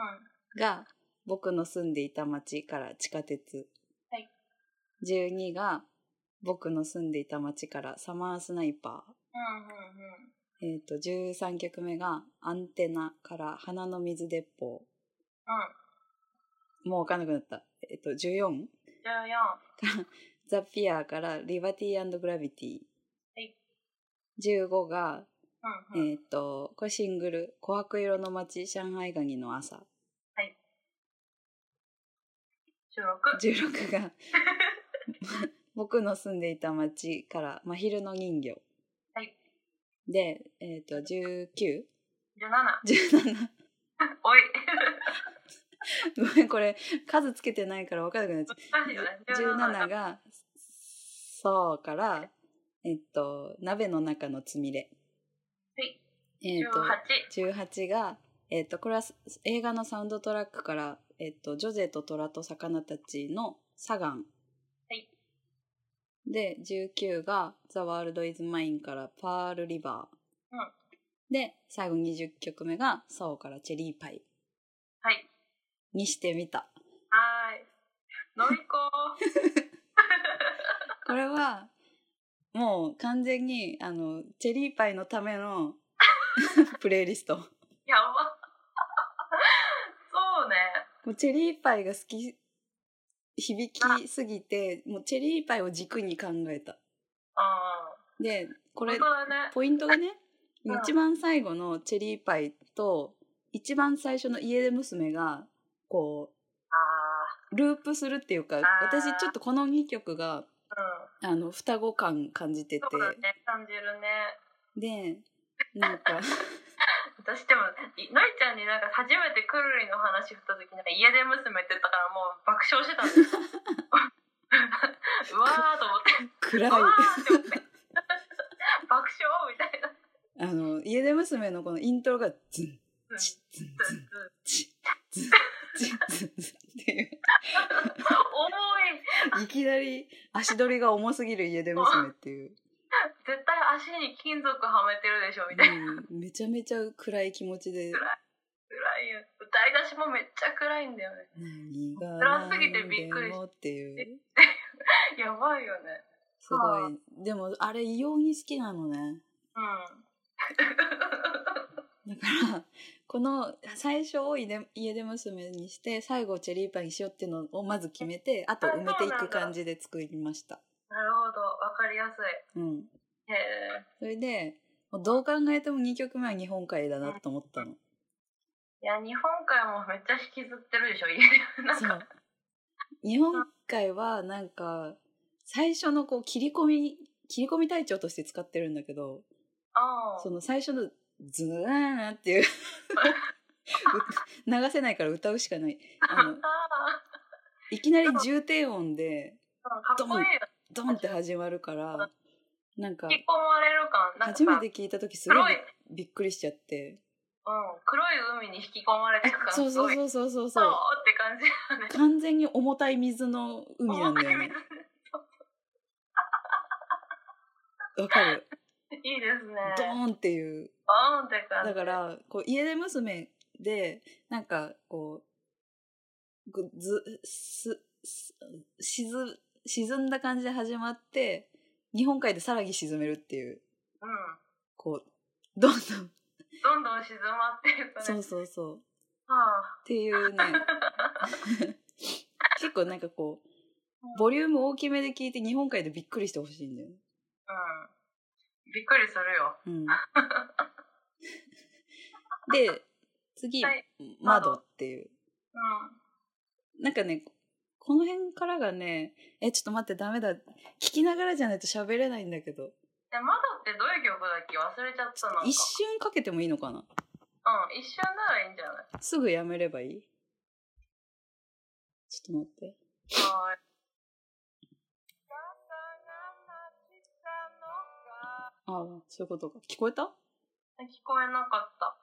ん。
が、僕の住んでいた町から地下鉄。
はい
12が、僕の住んでいた町からサマースナイパ
うんうんうん。
ー。えっ、と、13曲目が、アンテナから花の水鉄
う
砲。
ん。
もうわかんなくなった。えっ、と、14?
14。
ザ・ピアーからリバティグラビティ。
はい
15が、
うんうん。
えっ、と、これシングル、琥珀色の街、上海ガニの朝。
16。うん。
16が、 僕の住んでいた街から、真昼の人魚。
はい
で、えっ、と、19?17?
17。おい。
ごめん、これ、数つけてないから分からなくなっちゃ
難しいよね。
う。
17
17。が、そうから、えっ、と、鍋の中のつみれ。
はい。
えっ、
18。
と、18が、えっとこれはす映画のサウンドトラックから「えっとジョゼと虎と魚たち」の「サガン」
はい
で19が「ザ・ワールド・イズ・マイン」から「パール・リバー」
うん
で最後20曲目が「ソウ」から「チェリーパイ
はい。」
にしてみ
は
た
ーい。飲み行こ う。
これはもう完全にあのチェリーパイのため のプレイリスト
やば。 そうね。
もうチェリーパイが好き響きすぎてもうチェリーパイを軸に考えた
うん。
でこれ
本当だね。
ポイントがね
うん
一番最後のチェリーパイと一番最初の家出娘がこ
あ
うループするっていうか
あー
私ちょっとこの2曲が
あ。
あの双子感感じて
うん。そ
て
うだね。感じるね。
でなんか
私でもいのりちゃんになんか初めてくるりの話振った時なんか家出娘って言ったからもう爆笑してたん ですようわーと思って
暗いう
わーって思って爆笑みたいな
あの家出娘のこのイントロがズン
うん
チッズンズン
うん
チッズンチッズンズンっていう
重い
いきなり足取りが重すぎる家出娘っていう、
絶対足に金属はめてるでしょみたいな
うん、めちゃめちゃ暗い気持ち
暗
で
いよ歌い出しもめっちゃ暗いんだよね
何が
暗すぎてびっくりし
何でもっていう
やばいよね
すごいでもあれ異様に好きなのね
うん
だからこの最初を家出家出娘にして最後をチェリーパイにしようっていうのをまず決めてあと埋めていく感じで作りました
なるほどわかりやすい
うん
へえ
それでもうどう考えても2曲目は日本海だなと思ったの
いや日本海もめっちゃ引きずってるでしょ家でなん
そ
か
う。日本海はなんか、最初のこう切り込み、切り込み隊長として使ってるんだけど、
ああ
その最初のズーンっていう 流せないから歌うしかない。あの、
あ
いきなり重低音で
あ、かっこいいよ。
ドンって始まるから、なんか
引、き込まれる感。なんか
初
さ
めて聞いた時すご
黒い、
いうびっくりしちゃって。
ん、黒い海に引き込まれてる感。
そうそう
すごい
そうそうそう
そ
そうう。
って感じだね。
完全に重たい水の海なんだ よね。わかる。
いいですね。
ドーンっていう。
ドーンって感じ。
だか、らこう家出娘でなんかこうぐずすす沈沈んだ感じで始まって日本海でさらに沈めるっていう
うん。
こうどんどん
どんどん沈まっていくね。
そうそうそう
は
っ ていうね結構なんかこうボリューム大きめで聞いて日本海でびっくりしてほしいんだよね、
あ、うん。びっくりするよ。
うん、で次、
はい
窓っていう
うん。
なんかねこの辺からがねえちょっと待ってダメだ聞きながらじゃないと喋れないんだけど
え、窓ってどういう曲だっけ忘れちゃったの。うん。
一
一
瞬かけてもいいのかな
瞬ならいいんじゃない
すぐやめればいいちょっと待って
はーい。
ああそういうことか聞こえた
聞こえなかった。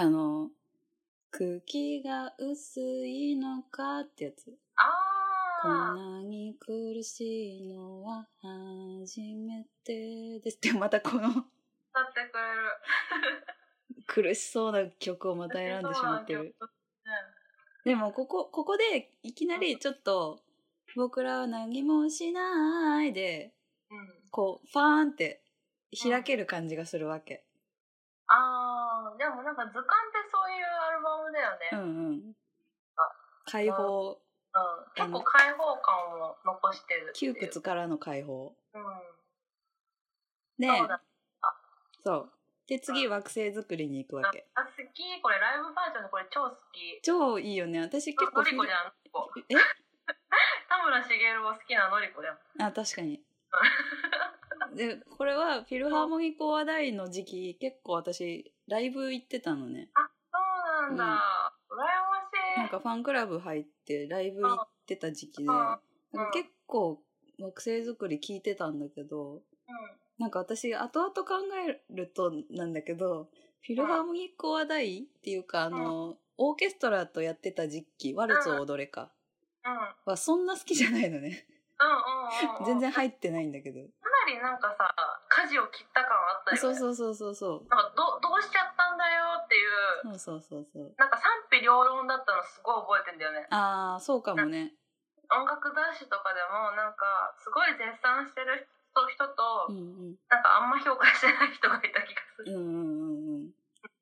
あの茎が薄いのかってやつこん
あー。
なに苦しいのは初めてですってまたこの
歌ってくれる。
苦しそうな曲をまた選んでしまってる
そう
でもここここでいきなりちょっと「僕らは何もしない」で
なんですよ。うん。
こうファーンって開ける感じがするわけ、
あー、でもなんか図鑑ってそういうアルバムだよ
うん、
ね。
うん
あ
解放
うん。結構開放感を残してるってい
窮
う。
屈からの解放
うん。
で
そうだ
そうで次惑星作りに行くわけ
あ好きこれライブバージョンでこれ超好き
超いいよね私結構
のりこじゃんのりこ
え
田村茂を好きなのりこじゃん
あ確かにでこれはフィルハーモニー講話大の時期結構私ライブ行ってたのね
そうなんだ、羨ましい
なんかファンクラブ入ってライブ行ってた時期で
うん
なんか
うん
結構惑星作り聞いてたんだけどなんか私後々考えるとなんだけどフィルハーモニー講話大っていうかあのオーケストラとやってた時期ワルツを踊れか
うん、うん
はそんな好きじゃないのね
うんうんうんうん
全然入ってないんだけど
かなりなんかさ舵を切った感あったよ、ね、
そうそうそうそうそう
なんかどどうしちゃったんだよっていう
そうそうそうそう
なんか賛否両論だったのすごい覚えてんだよね
ああそうかもね
音楽雑誌とかでもなんかすごい絶賛してる人人と、
うんうん
なんかあんま評価してない人がいた気がす
う
る、
んうんうんうん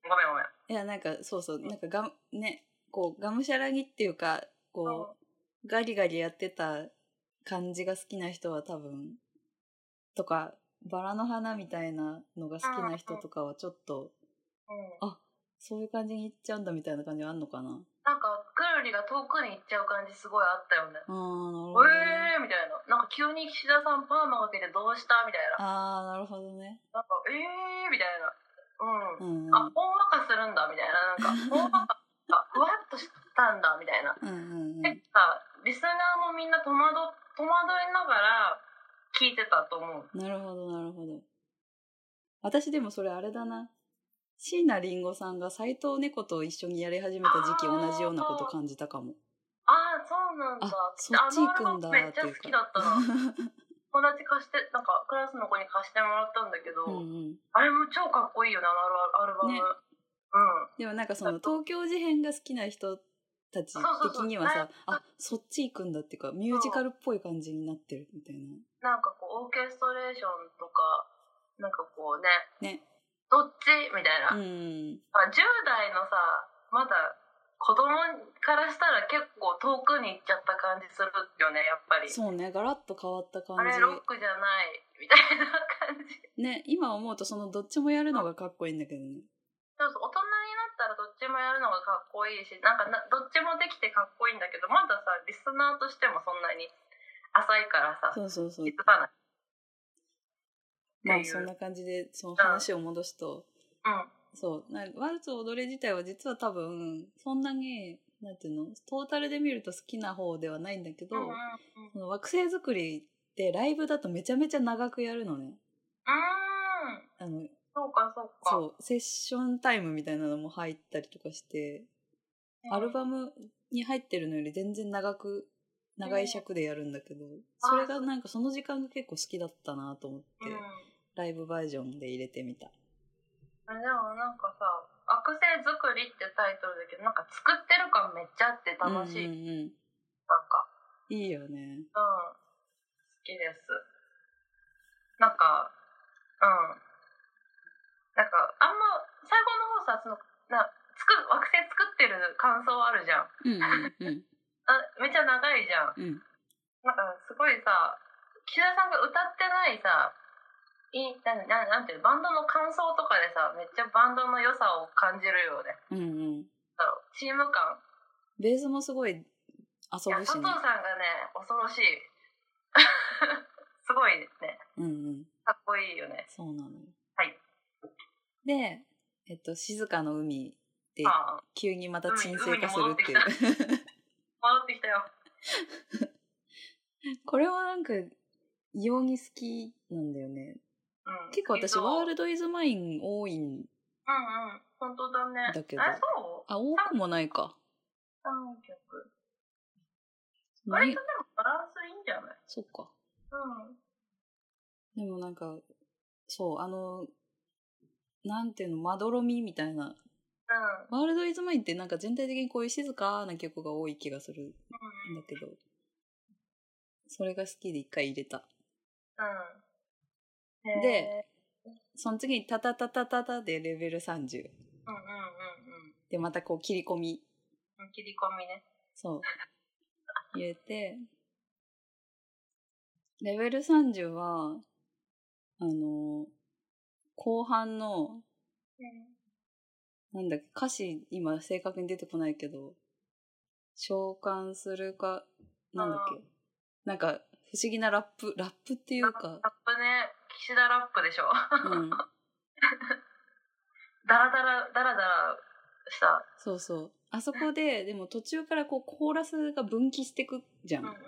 ごめんごめん
いやなんかそうそうなんかがむねこうがむしゃらにっていうかこうガリガリやってた感じが好きな人は多分とかバラの花みたいなのが好きな人とかはちょっと
うん
そういう感じにいっちゃうんだみたいな感じはあんのかな
なんかくるりが遠くに行っちゃう感じすごいあったよね。
あーなる
えー
ほどね
みたいな。なんか急に岸田さんパーマかけてどうしたみたいな。
あーなるほどね
なんかえーみたいな。
う
うん。
んうん
あ、ほんわかするんだみたいな。なんか、ほんわか、 あふわっとしたんだみたいな。
うんうんう
で
ん
さ、リスナーもみんな戸惑、戸惑いながら聞いてたと思う。
なるほどなるほど私でもそれあれだな椎名林檎さんが斎藤猫と一緒にやり始めた時期
あー
同じようなこと感じたかも
ああ、そうなんだ。
あそっち行くんだ
あのアルバムめっちゃ好きだったな。友達貸して、なんかクラスの子に貸してもらったんだけど、
うんうん
あれも超かっこいいよね、あのアルバム。
ね
うん。
でもなんかその東京事変が好きな人たち
そうそうそう
的にはさ
ね
あそっち行くんだっていうかミュージカルっぽい感じになってるみたいな
なんかこう、オーケストレーションとか、なんかこうね、
ね
どっちみたいな。ま
うん
あ10代のさ、まだ子供からしたら結構遠くに行っちゃった感じするよね、やっぱり。
そうねガラッと変わった感
あれ、ロックじゃない、みたいな感じ。ち
じね今思うとそのどっちもやるのがかっこいいんだけどね
ょっと大人になったらどっちもやるのがかっこいいし、なんかなどっちもできてかっこいいんだけど、まださ、リスナーとしてもそんなに浅いからさ、
そうそうそう
気づかない。
ま
っ
あ
ていう
そんな感じでその話を戻すと
うん。
そうなワルツ踊れ自体は実は多分そんなになんていうのトータルで見ると好きな方ではないんだけど、
うんうんうんう
その惑星作りってライブだとめちゃめちゃ長くやるのね
ーん。
あの
そうか、そうか。
そうセッションタイムみたいなのも入ったりとかして、アルバムに入ってるのより全然長く長い尺でやるんだけど、それがなんかその時間が結構好きだったなと思って、
うん
ライブバージョンで入れてみた
あでもなんかさ「惑星作り」ってタイトルだけどなんか作ってる感めっちゃあって楽しい、
う
なん
んうんうん
か
いいよ
うん、
ね。
好きです。なんか、うん。なんか、あんま、最後の方さ、その、な、作る、惑星作ってる感想あるじゃん。
うんうんうん
あめっちゃ長いじゃん。
うん。
なんか、すごいさ、岸田さんが歌ってないさ、いい、なん、なん、なんていうのバンドの感想とかでさ、めっちゃバンドの良さを感じるよね。
うんうん。
だろうチーム感。
ベースもすごい遊
いや、
ぶ
佐藤
しね。
さんがね、恐ろしい。 すごいね。
うんうん。
かっこいいよね。
そうなのよ。
はい。
で、えっと、静かの海で
ああ。
急にまた沈静化するってい
海に
う。
戻ってきた。戻ってきたよ。
これはなんか、異様に好きなんだよね。
うん、
結構私、
そう
ワールドイズマイン多いん、
うんうん。本当だね。
だけど
あ、そう
あ、多くもないか。
三曲。割
ない
とでもバランスいいんじゃない
そっか。
うん。
でもなんか、そう、あの、なんていうの、まどろみみたいな。
うん。
ワールドイズマインってなんか全体的にこういう静かな曲が多い気がするん
うん。うん。
だけど、それが好きで一回入れた。で
へ
その次にタタタタタタでレベル30。
ー、うんうんうんうん
で、またこう切り込み、
うん。切り込みね。
そう、入れて、レベル30は、あの、後半の、
うん。
なんだっけ、歌詞、今正確に出てこないけど、召喚するか、なんだっけ、なんか、不思議なラップ、ラップっていうか、
ラップね、岸田ラップでしょ。
うん、
ダラダラ、ダラダラした。
そうそう。あそこで、でも途中からこう、コーラスが分岐してくじゃ
うんうんん。うん。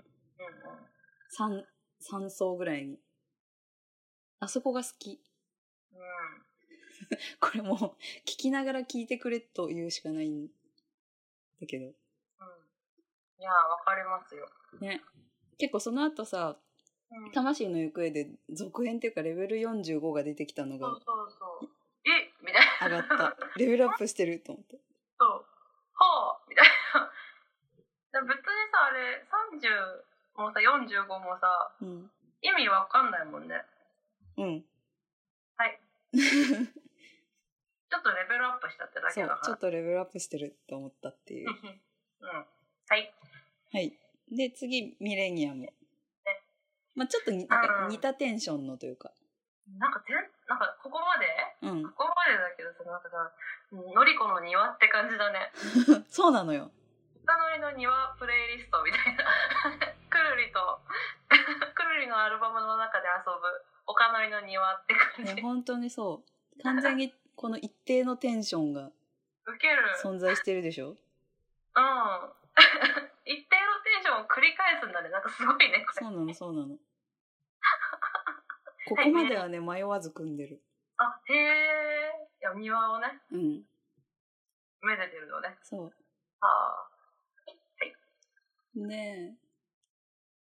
三、三層ぐらいに。あそこが好き。
うん。
これもう、聞きながら聞いてくれと言うしかないんだけど。
うん。いや、わかりますよ。
ね。結構その後さ、
うん
魂の行方で続編っていうかレベル45が出てきた
そ
のが
うそうそう。えみたいな。
上がった。レベルアップしてると思って。
そう。はあみたいな。別にさ、あれ、30もさ、45もさ、
うん。
意味わかんないもんね。
うん。
はい。ちょっとレベルアップしたってだけ
そう
だ。
ちょっ
か
とレベルアップしてると思ったっていう
ら。。 うん。はい。
はい。で、次、ミレニアム。まあちょっとになんか
うん
似たテンションのというか。
なんか、全、なんか、ここまで
うん。
ここまでだけどさ、なんかさ、のりこの庭って感じだね。
そうなのよ。
歌のりの庭プレイリストみたいな。くるりと、 くるりのアルバムの中で遊ぶ、丘のりの庭って感
い
じ
や。本当にそう。完全にこの一定のテンションが
ウケる。
存在してるでしょ
う ん。 一定のテンションを繰り返すんだね。なんかすごいね、これ。
そうなの、そう なの。ここまではね、迷わず組んでる。
あ、へえ。いや、庭をね、
うん。
めでてるのね。
そう。
あ
ねえ。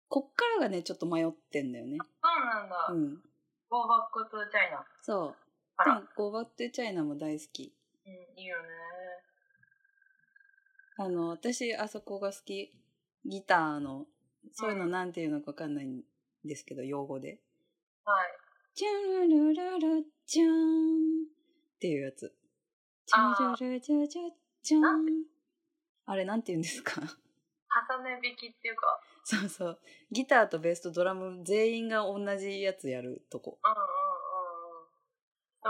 こっからがね、ちょっと迷ってんだよね。
あ。そうなんだ。
うん。
Go back to China。
そう。
あ
で
ら
も、ゴーバッテチャイナも大好き。
うん、いいよね。
あの、私、あそこが好き。ギターの、そういうのなんていうのかわかんないんですけど、用語で。
はい。
チュルルルルチャーンっていうやつ。チ
あー
ュルルルチュチュチャー
なん
ン。あれ、なんて言うんですか
重ね弾きっていうか、
そうそう。ギターとベースとドラム全員が同じやつやるとこ。
うんうん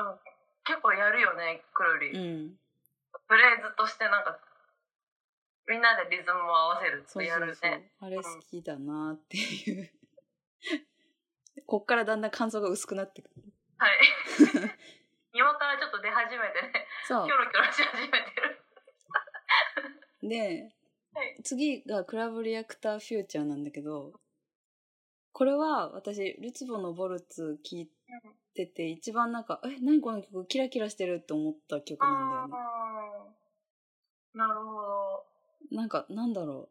うんうん。でも、結構やるよね、くるり。
うん。
フレーズとしてなんか、みんなでリズムを合わせるっ
そう
て
そ
やる
うそう
ね。。
あれ好きだなっていう。 こっからだんだん感想が薄くなってくる。
はい。 庭からちょっと出始めてね、
そ
キョロキョロし始めてる。
う。で
はい、
次がクラブリアクターフューチャーなんだけど、これは私、ルツボのボルツ聴いてて、一番なんか、え、何この曲キラキラしてるって思った曲なんだよね。
あーなるほど。
なんか、なんだろ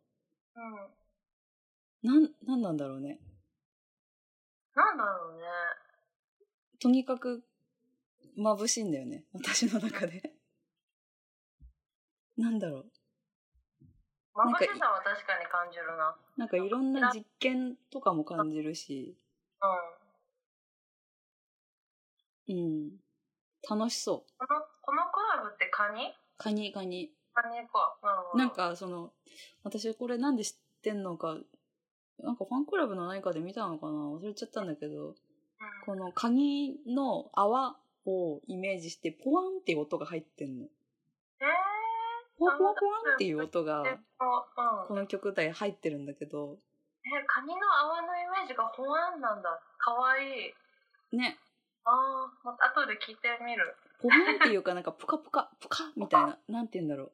うん。
う。なん、なんなんだろうね。
なんだろうね。
とにかく眩しいんだよ ね私の中でなんだろうなんか
眩しさは確かに感じるな。
なんかいろんな実験とかも感じるし、
うん。
うん。楽しそ
この、このクラブってカニ
う。カニカニ。
カニか。なるほど。
なん、かその、私これなんで知ってんのか、なんかファンクラブの何かで見たのかな忘れちゃったんだけど、
うん、
このカニの泡をイメージして、ポワンっていう音が入ってんの。
えー、
ポワポワポワンっていう音が、
えっと、う
こ
ん。
の曲で入ってるんだけど、
え、カニの泡のイメージがホワンなんだ。かわいい。
ね、
ああ、また後で聞いてみる。
ポワンっていうかなんかプカプカ、プカみたいな、なんて言うんだろ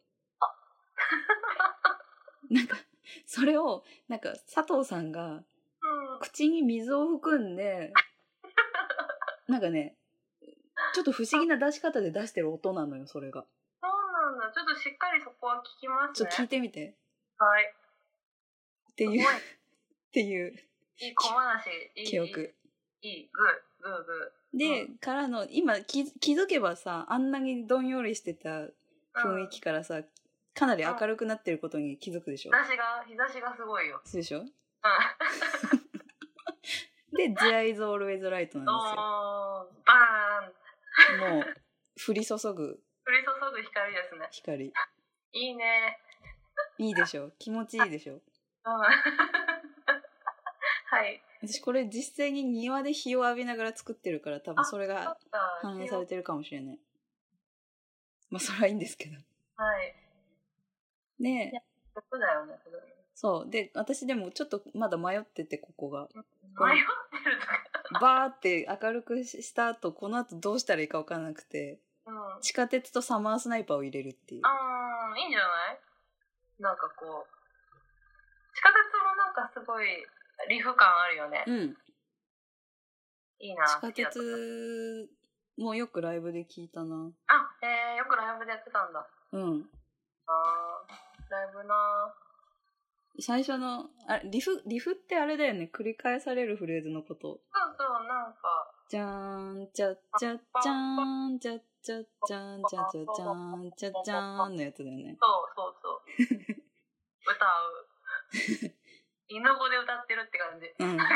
う。 なんか、それを、なんか佐藤さんが
うん。
口に水を含んで、なんかね、ちょっと不思議な出し方で出してる音なのよ、それが。
そうなんだ。ちょっとしっかりそこは聞きます
ちょ
ね
っ。と聞いてみて。
はい。
っていう、っ
すごい
ていう
いい小 話。いい
記憶。
いい、いいグー、グー、グー。
で、
う
からの、今気づ気づけばさ、あんなにどんよりしてた雰囲気からさ、かなり明るくなってることに気づくでしょ
日。差しが、日差しがすごいよ。
そうでしょ
う
で、The Eyes Always Light
ん。
なん
おー、バーン
ですよ。もう、降り注
降り注
ぐ
ぐ光ですね。
光。
いいね。
いいでしょ気持ちいいでしょ
うん。 はい。
私これ実際に庭で日を浴びながら作ってるから、多分それ
そ
が
っか。
反映されてるかもしれない。まあ、それはいいんですけど。
はい。
で、
そうだよね。それ
そう。で、私でもちょっとまだ迷ってて、ここが。
迷ってるとか。
バーって明るくした後、この後どうしたらいいかわからなくて、
うん。
地下鉄とサマースナイパーを入れるっていう。
あー、いいんじゃないなんかこう、地下鉄もなんかすごい、リフ感あるよね。
うん。
いいな。
地下
好きだった
鉄もよくライブで聞いたな。
あ、えー、よくライブでやってたんだ。
うん。
あー、ライブな
最初の、あリフ、リフってあれだよね。繰り返されるフレーズのこと。
そうそう、なんか、
じゃーん、ちゃっちゃっちゃーん、ちゃっちゃっちゃーん、ちゃっちゃっちゃーん、ちゃっちゃーんのやつだよね。
そうそうそう。 歌う。犬語で歌ってるって感じ。
うん。
わー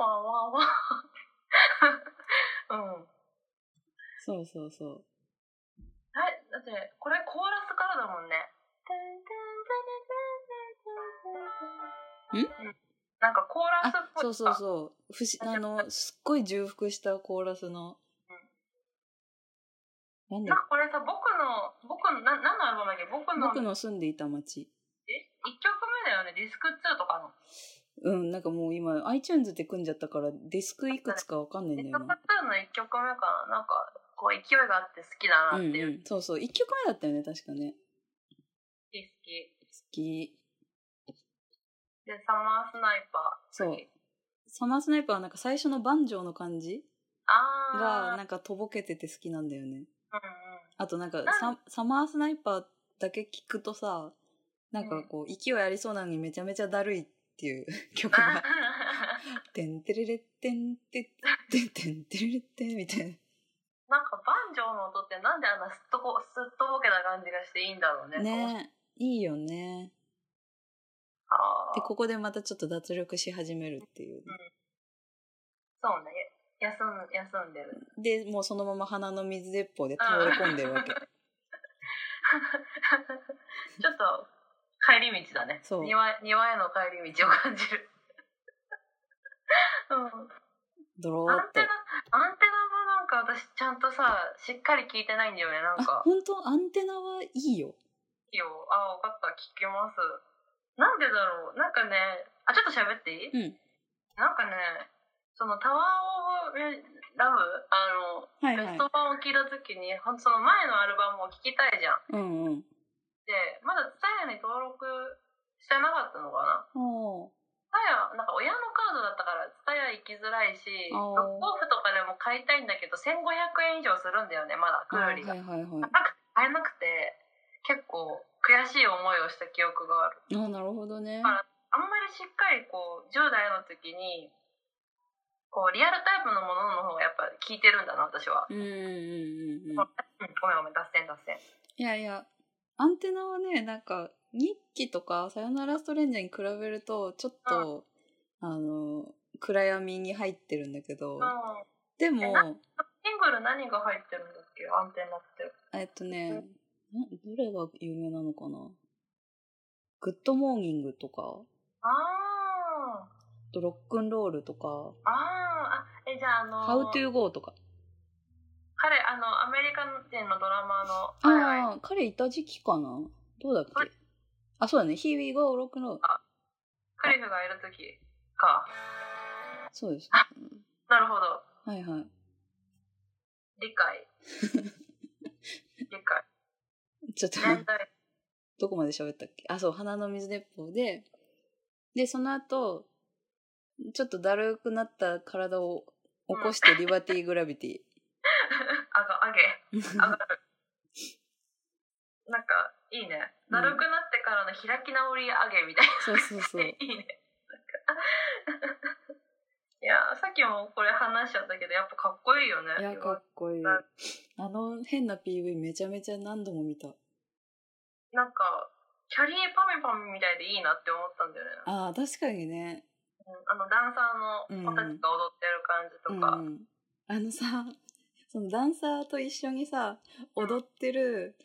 わーわー。 うん。
そうそうそう。
はい、だって、これコーラスからだもんね。んなんかコーラス
あ
っぽい。
そうそうそうふしあのすっごい重複したコーラスの、なん
なん
だ
かこれさ、僕の、僕の、な何のアルバムだっけ僕の
僕の住んでいた街
え一曲目だよね、ディスク2とかの。
うんなんかもう今 iTunes って組んじゃったからディスクいくつかわかんないん
ディ
だ
ス
よ
ク
な
2の一曲目かな。なんか、こう勢いがあって好きだな
う
っ
ん、
ていうう。好
ん、そうそう1曲目だったよね確かね
き好き。
好き
で、サマースナイパー。
そうサマースナイパーはなんか最初のバンジョーの感じが
あー。
なんかとぼけてて好きなんだよね
うんうん。
あとなんかササマースナイパーだけ聞くとさなんかこう勢いありそうなのにめちゃめちゃだるいっていう曲 が
な
てんてれれってんてってんてんてれれってんみたい
んかバンジョーの音ってなんであんなすっとこすっとぼけた感じがしていいんだろう
な
ね。
ねいいよね
あー
でここでまたちょっと脱力し始めるっていう
そうね。休ん休んでる。
でもうそのまま鼻の水鉄砲で倒れ込んで るわけ
ちょっと帰り道だね。
そう
庭庭への帰り道を感じる。 うん、
ドロ
ア
ー
ン
っと
テナアンテナもなんか私ちゃんとさしっかり聞いてないんだよねなん
あ
か
本当アンテナはいいよ
いいよあ分かった聞きますなんでだろうなんかねあちょっと喋っていい、
うん
なんかねその「タワー・オブ・ラブ」あの、
はい
ベ
は
ス
い
ト版を聞いた時にほんとその前のアルバムを聴きたいじゃん
うんうん
でまだ TSUTAYA に登録してなかったのかな
おー
TSUTAYA なんか親のカードだったから TSUTAYA 行きづらいし
あー
ブックオフとかでも買いたいんだけど1500円以上するんだよねまだ
あ
ク
は
ル
い
リが
はいは
高くて買えなくて結構悔しい思いをした記憶がある
いあなるほどね
あんまりしっかりこう10代の時にこうリアルタイプのものの方がやっぱ効いてるんだな私は、
うんうんうんうんうん
うんごめんごめん脱線脱線
いやいやアンテナはね、なんか、日記とか、さよならストレンジャーに比べると、ちょっと、あの、暗闇に入ってるんだけど、
うん
で
え
も、
なシングル何が入ってるんだっけアンテナって
えっとね、などれが有名なのかなグッドモーニングとか、
あー
あとロックンロールとか、
あーあえじゃああの
How to go とか。
彼あのアメリカ人のドラマーのはいはい
ああ、彼いた時期かなどうだっけあ、そうだね。Here we go, ロックンロール。
クリフがいる時か
そうです。
なるほど
はいはい。
理 解理解
ちょっと、
年代
どこまで喋ったっけあ、そう、花の水鉄砲で、で、その後、ちょっとだるくなった体を起こしてリバティグラビティ。
あがあげ上がるなんかいいねだるくなってからの開き直り上げみたい
そうそうそう
な、。 いいねなんかいやーさっきもこれ話しちゃったけどやっぱかっこいいよね
いや、かっこいい。あの変な PV めちゃめちゃ何度も見た。
なんかキャリーパミパミみたいでいいなって思ったんだよね
ああ、確かにね。
うんあのダンサーの子たちが踊ってる感じと
うん
か、
うん。あのさ、そのダンサーと一緒にさ、踊ってる、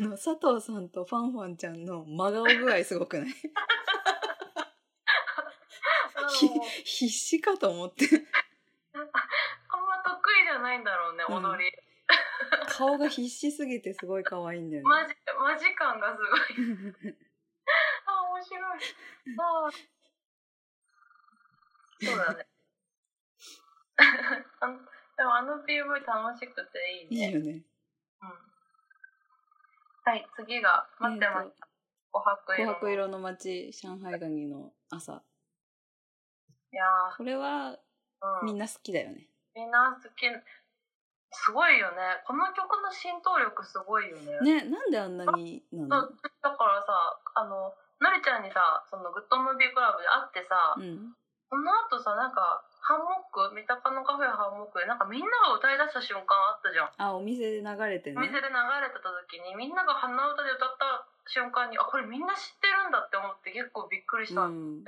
あの、佐藤さんとファンファンちゃんの真顔具合すごくない
あの
ひ必死かと思って。
あんま得意じゃないんだろうね
う
踊
ん
り、
顔が必死すぎてすごい可愛いんだよね。
マジマジ感がすごい あ面白いあーそうだね あのでもあの PV 楽しくていい
いい
ね
よね。
うん、はい次が待ってます、琥珀
紅
色
白色の街、上海ガニの朝。
いや
これは
ー、うん、
みんな好きだよね。
みんな好きすごいよねこの曲の浸透力すごいよね
ね、なんであんなにな
そ
の
うだからさあののりちゃんにさそのグッドムービークラブで会ってさ、
うん。
その後さなんかハンモック三鷹のカフェハンモックでなんかみんなが歌い出した瞬間あったじゃん、
あ、お店で流れてね
お。店で流れてた時にみんなが鼻歌で歌った瞬間にあこれみんな知ってるんだって思って結構びっくりした、
う
うん
ん。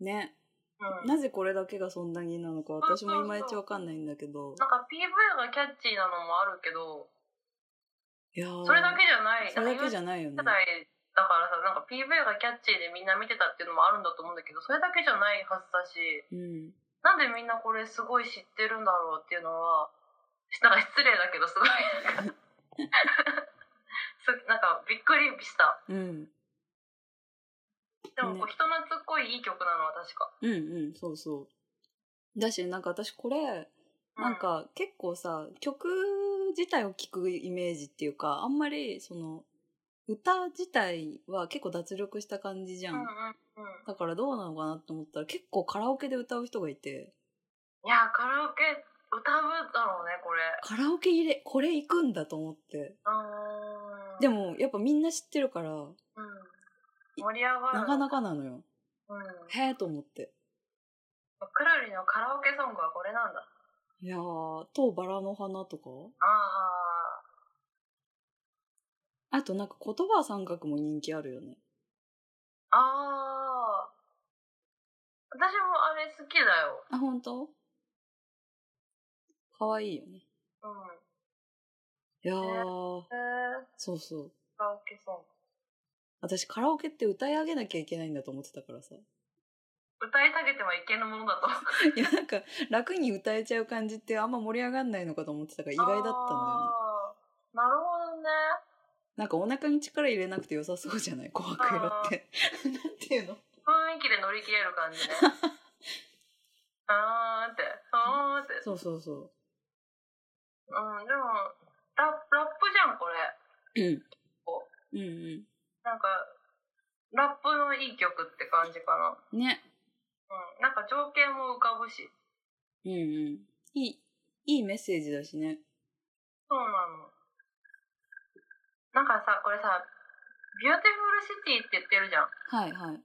ね。
な
なぜこれだけがそんなになのか私もいまいちわかんないんだけど。
んか PV がキャッチーなのもあるけど
いやー
それだけじゃない
それだけじ
な
ゃ
んか
ないよね
世。代だからさなんか PV がキャッチーでみんな見てたっていうのもあるんだと思うんだけどそれだけじゃないはずだし
うん。
なんでみんなこれすごい知ってるんだろうっていうのはなんか失礼だけどすごいなんかすなんかびっくりした
うん。
でもこう
ね
人懐っこいいい曲なのは確か、
うんうん、そうそう。だし、なんか私これ、
う
なんか結構さ、曲自体を聴くイメージっていうか、あんまりその、歌自体は結構脱力した感じじ
う
ゃ
んうんうん
ん。だからどうなのかなと思ったら結構カラオケで歌う人がいて、
いやカラオケ歌うだろうねこれ
カラオケ入れ、これ行くんだと思って。
うーん
で
も、
もやっぱみんな知ってるから、
うん、盛り上がる
なかな
か、
かなのよ。
うん、
へえと思って。
くるりのカラオケソングはこれなんだ
いやー、とバラの花とか
あ
あとなんか言葉三角も人気あるよね。
あああ私もあれ好きだよ
あ、本当かわいいよね。
うん
いやー、
へえ
そうそう。
カラオケソング
私カラオケって歌い上げなきゃいけないんだと思ってたからさ。
歌い下げてはいけぬものだと
いや、なんか楽に歌えちゃう感じってあんま盛り上がんないのかと思ってたから意外だったんだよね。
あーなるほどね
なんかお腹に力入れなくて良さそうじゃない 紅白色って。なんていうの
雰囲気で乗り切れる感じ ねあーってあーって
そうそうそう
うんでもララップじゃんこれ。
うん
お。
うんう
なんかラップのいい曲って感じかな、
ん。ね。
うん、なんか情景も浮かぶし
うんうん。いい、いいメッセージだしね。
そうなのなんかさこれさ「ビューティフルシティ」って言ってるじゃん
はいはい。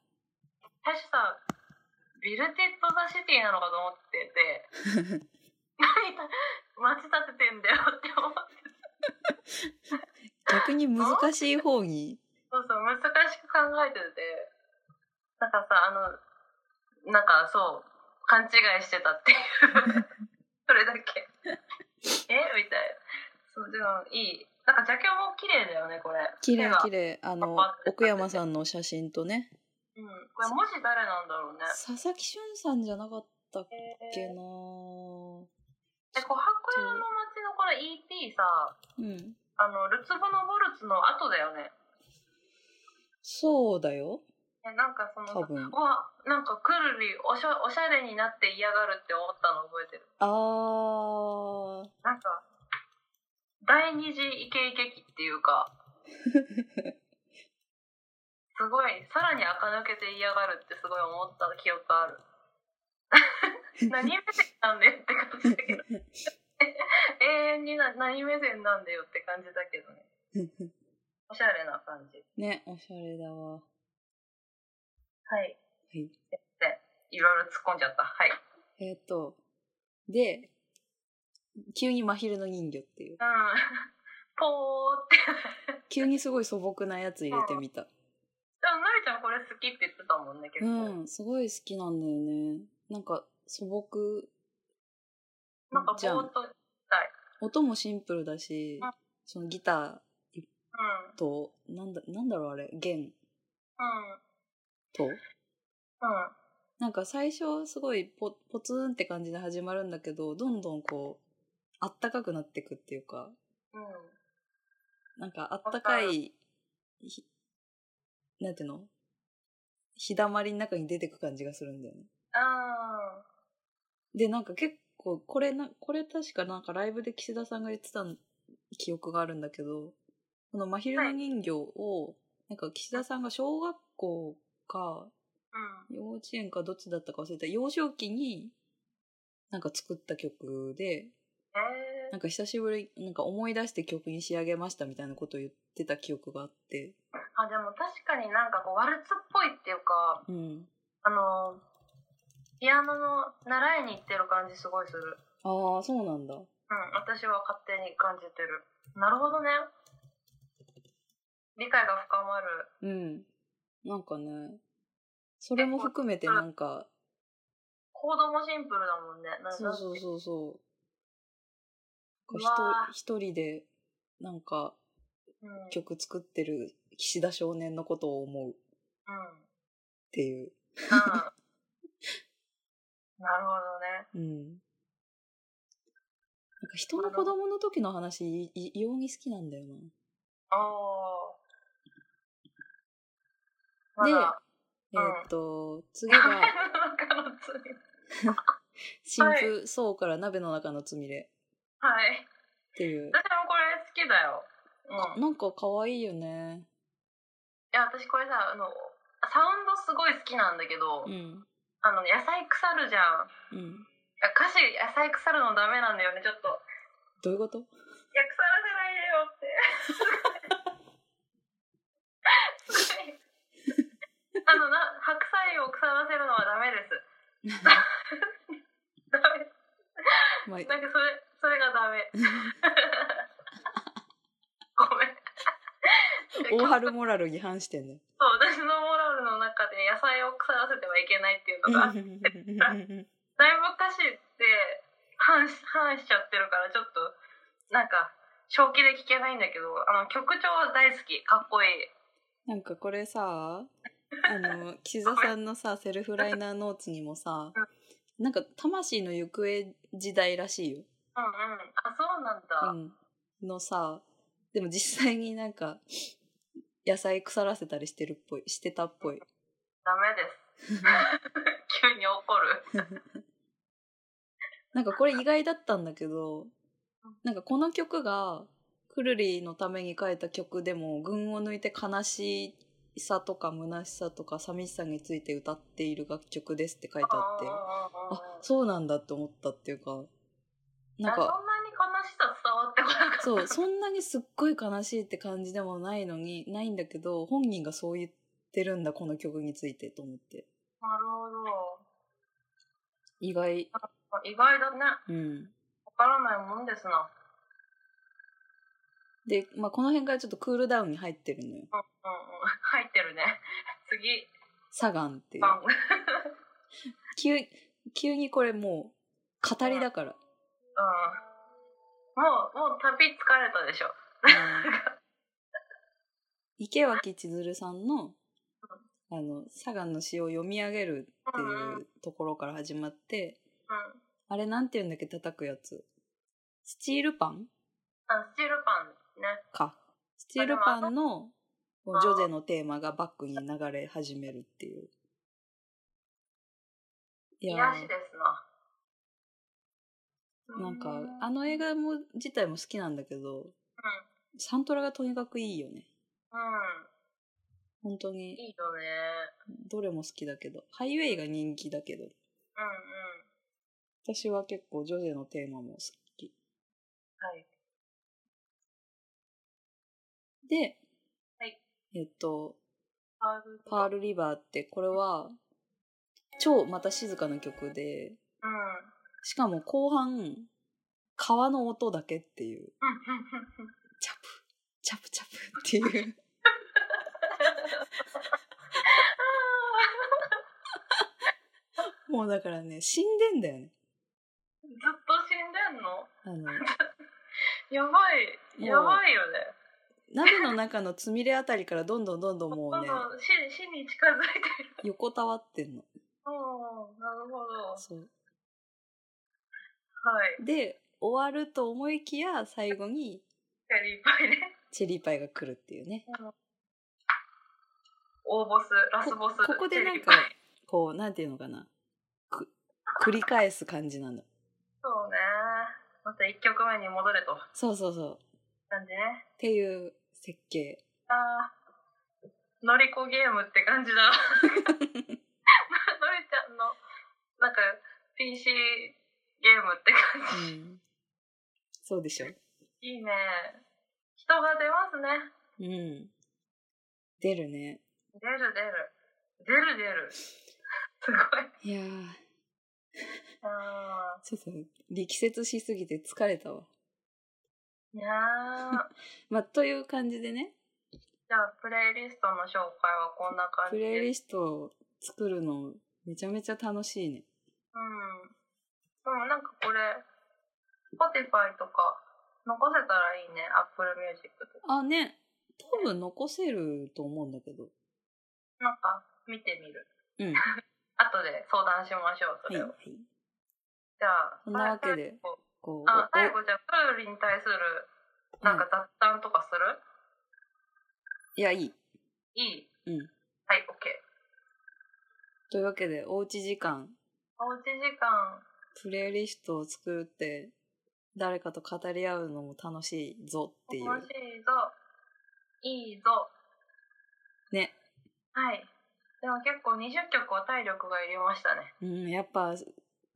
最初さビルティッド・ザ・シティなのかと思ってて何町立ててんだよって思って
逆に難しい方に
そうそう、難しく考えてて。なんかさ、あの、なんかそう、勘違いしてたっていう。それだ け。えみたいな。そう、でもいい。なんかジャケも綺麗だよね、これ。
綺麗
絵が
綺麗あの
パパって
奥山さんの写真とね
うん。これ文字誰なんだろうね。
佐々木俊さんじゃなかったっけ
えー、
なぁ
で、琥珀山の街のこの EP さ、
うん
あの、ルツボのボルツの後だよね。
そうだよ
えなんかそのさ、
多分
うわ、なんかクルリおしゃ、おしゃれになって嫌がるって思ったの覚えてる。
あー
なんか、第二次イケイケ期っていう か、すごい、さらに垢抜けて嫌がるってすごい思った記憶があ る。何目線なんだよって感じだけど。 永遠にな何目線なんだよって感じだけどね。 おしゃれな感じ。
ねおしゃれだわ
はい。
はい
いろいろ突っ込んじゃった。はい。
えっ、とで急に真昼の人魚っていう
うん。ポーって。
急にすごい素朴なやつ入れてみた
でも、のりちゃんこれ好きって言ってたもんね、結
う
構。
んすごい好きなんだよねなんか素朴
なんか、ぼ
じゃ
ー
ん
っと、うん。
音もシンプルだし
うん
そのギタ
う
ーとなんだなんだろうあれ弦
ん。
と
うん。
なんか最初すごいポポツンって感じで始まるんだけどどんどんこうあったかくなってくっていうか
うん。
なんかあったかいひなんていうの日だまりの中に出てく感じがするんだよね
あ
でなんか結構これなこれ確かなんかライブで岸田さんが言ってた記憶があるんだけどこの「真昼の人形を」なんか岸田さんが小学校か
ーうん。
幼稚園かどっちだったか忘れた幼少期になんか作った曲で
えー
なんか久しぶりなんか思い出して曲に仕上げましたみたいなことを言ってた記憶があって
あ、でも確かになんかこう、ワルツっぽいっていうか、
うん
あの、ピアノの習いに行ってる感じすごいする。
ああそうなんだ
うん、私は勝手に感じてる。なるほどね。理解が深まる。
うんなんかねそれも含めてなんか
コードもシンプルだもんね。な
そう
なん
そう
て
そうそう。
うわ
ひと一人で、なんか、
うん。
曲作ってる岸田少年のことを思
うん。う
うっ
ん。
ていう。
なるほどね。
うん。なんか人の子供の時の話、いい異様に好きなんだよな。
おー。
で
まだ
え
うん
ー っと、次
やめる
が、
のかの次。
新婦、そうから鍋の中のつみれ
はい。
っていう。
私もこれ好きだよ。うん。い
なんか可愛いよね。
や、私これさ、あの、サウンドすごい好きなんだけど、
うん。
あの、野菜腐るじゃん。
うん。
いや歌詞、野菜腐るのダメなんだよね、ちょっと。
どうい うこと
いや、腐らせないでよって。すごい。あのな、白菜を腐らせるのはダメです。ダメ。
まあ、
なんかそれ、それがダメ。ごめん。
大春モラルに反してんね。
そう、私のモラルの中で野菜を腐らせてはいけないっていうのが、だいぶ歌詞って反し反しちゃってるから、ちょっと、なんか、正気で聴けないんだけど、あの、曲調は大好き。かっこいい。
なんかこ れさあの岸田さんのさセルフライナーノーツにもさなんか「魂の行方時代」らしいよ、
うんうん。あ、そうなんだ。
う
うん。
ん、のさでも実際になんか野菜腐らせたりしてるっぽいしてたっぽい
ダメです。 急に怒る。
なんかこれ意外だったんだけどなんかこの曲がくるりのために書いた曲でも群を抜いて悲しさとか虚しさとか寂しさについて歌っている楽曲ですって書いてあって。
あ
あそうなんだって思ったっていうかなん
そ
か
んなに悲しさ伝わってこなかった。
そうそんなにすっごい悲しいって感じでもないのにないんだけど本人がそう言ってるんだこの曲についてと思って
なるほど。
意外
あ意外だね。
うん
わからないもんですな。
で、まあ、この辺からちょっとクールダウンに入ってるの
うん
よ。
うん。入ってるね。 次、
サガンっていう。
バン。うん。
急、急にこれもう、語りだから。
もう、もう旅疲れたでしょ。
あの池脇千鶴さんの、あの、サガンの詩を読み上げるっていうところから始まって、
うん。
あれなんて言うんだっけ叩くやつ。スチールパン
あ、スチールパンね。
か。スチールパンの、こうジョゼのテーマがバックに流れ始めるっていう。いや
癒し
ー
ですな。
なんか
う、
あの映画も、自体も好きなんだけど、サントラがとにかくいいよね。
う
本当
ん。
に、
いいよね。
どれも好きだけど。ハイウェイが人気だけど。
うんうん。
私は結構ジョゼのテーマも好き。
はい。
で、
はい
えっと、
パール。
パールリバーって、これは、超また静かな曲で、
うん。うん
しかも後半、川の音だけっていう、
うんうんうん。
チャプ、チャプチャプっていう、 もうだからね、死んでんだよね。
ずっと死んでんの
あの、
やばい。
もう
やばいよね。
鍋の中のつみれあたりからどんどんどんどんも
ど
うんね、
どん死死に近づいてる。
横たわってんの。
うん、なるほど。は
そう。
い。
で、終わると思いきや、最後に、
キャリーパイね。
チェリーパイが来るっていうね。
大ボス、ラスボス。
ここでな
チェリ
んか
ーパイ
こう、なんていうのかな。く、繰り返す感じなの。
そうね。また一曲目に戻れと。
そうそうそう。
感じね。
っていう設計。
あーのりこゲームって感じだ。 のりちゃんの、なんか、PC ゲームって感
う
じ。
ん。そうでしょ。
いいね。人が出ますね。
うん。出るね。
出る出る。出る出る。すごい。
いやー、
あ
ちょっと力説しすぎて疲れたわ。
ーいやー。
まあ、という感じでね、
じゃあ、プレイリストの紹介はこんな感
プ
じで。
レイリストを作るのめちゃめちゃ楽しいね。
うん。でもなんかこれ、Spotify とか残せたらいいね。Apple Music とか。
あ、ね、多分残せると思うんだけど。
なんか見てみる。
うん。
後で相談しましょう、そ
はい。
れ
は
を。
い、
じゃあ、
そんなわけで
最後
こう、
あ、
おお
最後じゃあ、プールに対する、なんか雑談とかする、
いや、いい。
いい
うん。
はい、OK。
というわけで、おうち時間、
おうち時間、
プレイリストを作るって、誰かと語り合うのも楽しいぞっていう。
楽しいぞ。いいぞ。
ね。
はい。でも結構20曲は体力がいりましたね。
うん、やっぱ、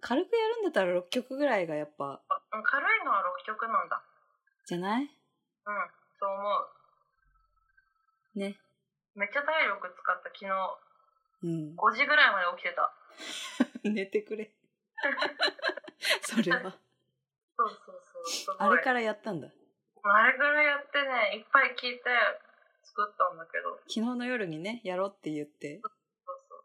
軽くやるんだったら6曲ぐらいがやっぱ、
うん軽いのは6曲なんだ。
じゃない
うん、そう思う。
ね。
めっちゃ体力使った昨日5
うん。
時ぐらいまで起きてた
寝てくれ。 それは。
そうそうそうすごい
あれからやったんだ。
あれからやってねいっぱい聞いて作ったんだけど
昨日の夜にね、やろうって言って。
そうそう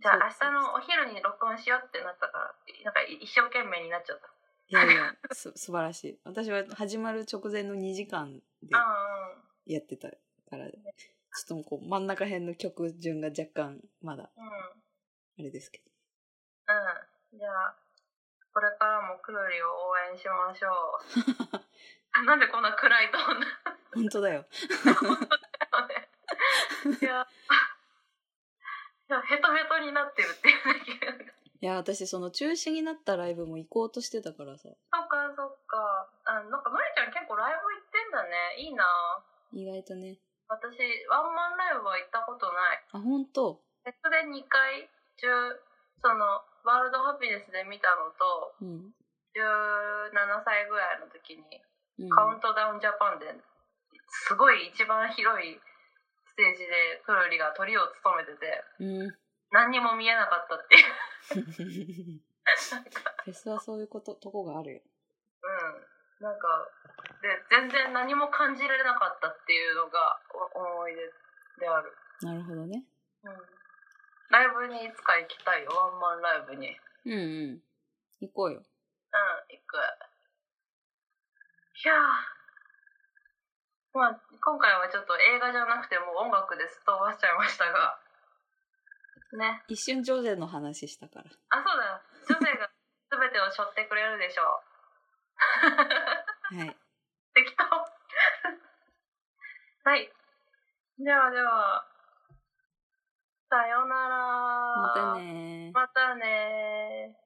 じゃあ明日のお昼に録音しようってなったからなんか一生懸命になっちゃった
いやいや、す素晴らしい。私は始まる直前の2時間で
うんうん
やってたから、ちょっともうこう真ん中辺の曲順が若干、まだ、
うん
あれですけど。
うんじゃあこれからもくるりを応援しましょうなんでこんな暗いトーンな
本当だよ。
のねいやいやヘトヘトになってるっていうだけ
いや、私その中止になったライブも行こうとしてたからさ、
そっかそっか。あなんかのりちゃん結構ライブ行ってんだね。いいな。
意外とね。
私ワンマンライブは行ったことない。
あ、本
フ
当
ェスで2回中そのワールドハピネスで見たのと
うん。
17歳ぐらいの時に
うん。
カウントダウンジャパンですごい一番広いステージでくるりがトリを務めてて
うん。
何にも見えなかったっていう。
フェスはそういうこと、とこがあるよ。
うん。なんか、で全然何も感じられなかったっていうのがお思い出である、
なるほどね。
うん、ライブにいつか行きたいよワンマンライブにうん
うんうん。行こうよ。
行くいやーまあ今回はちょっと映画じゃなくてもう音楽ですっ飛ばしちゃいましたがね
一瞬ジョゼの話したから。
あそうだよ女性が全てを背負ってくれるでしょう
はい。
適当 はいではではさようなら
またねー。
またねー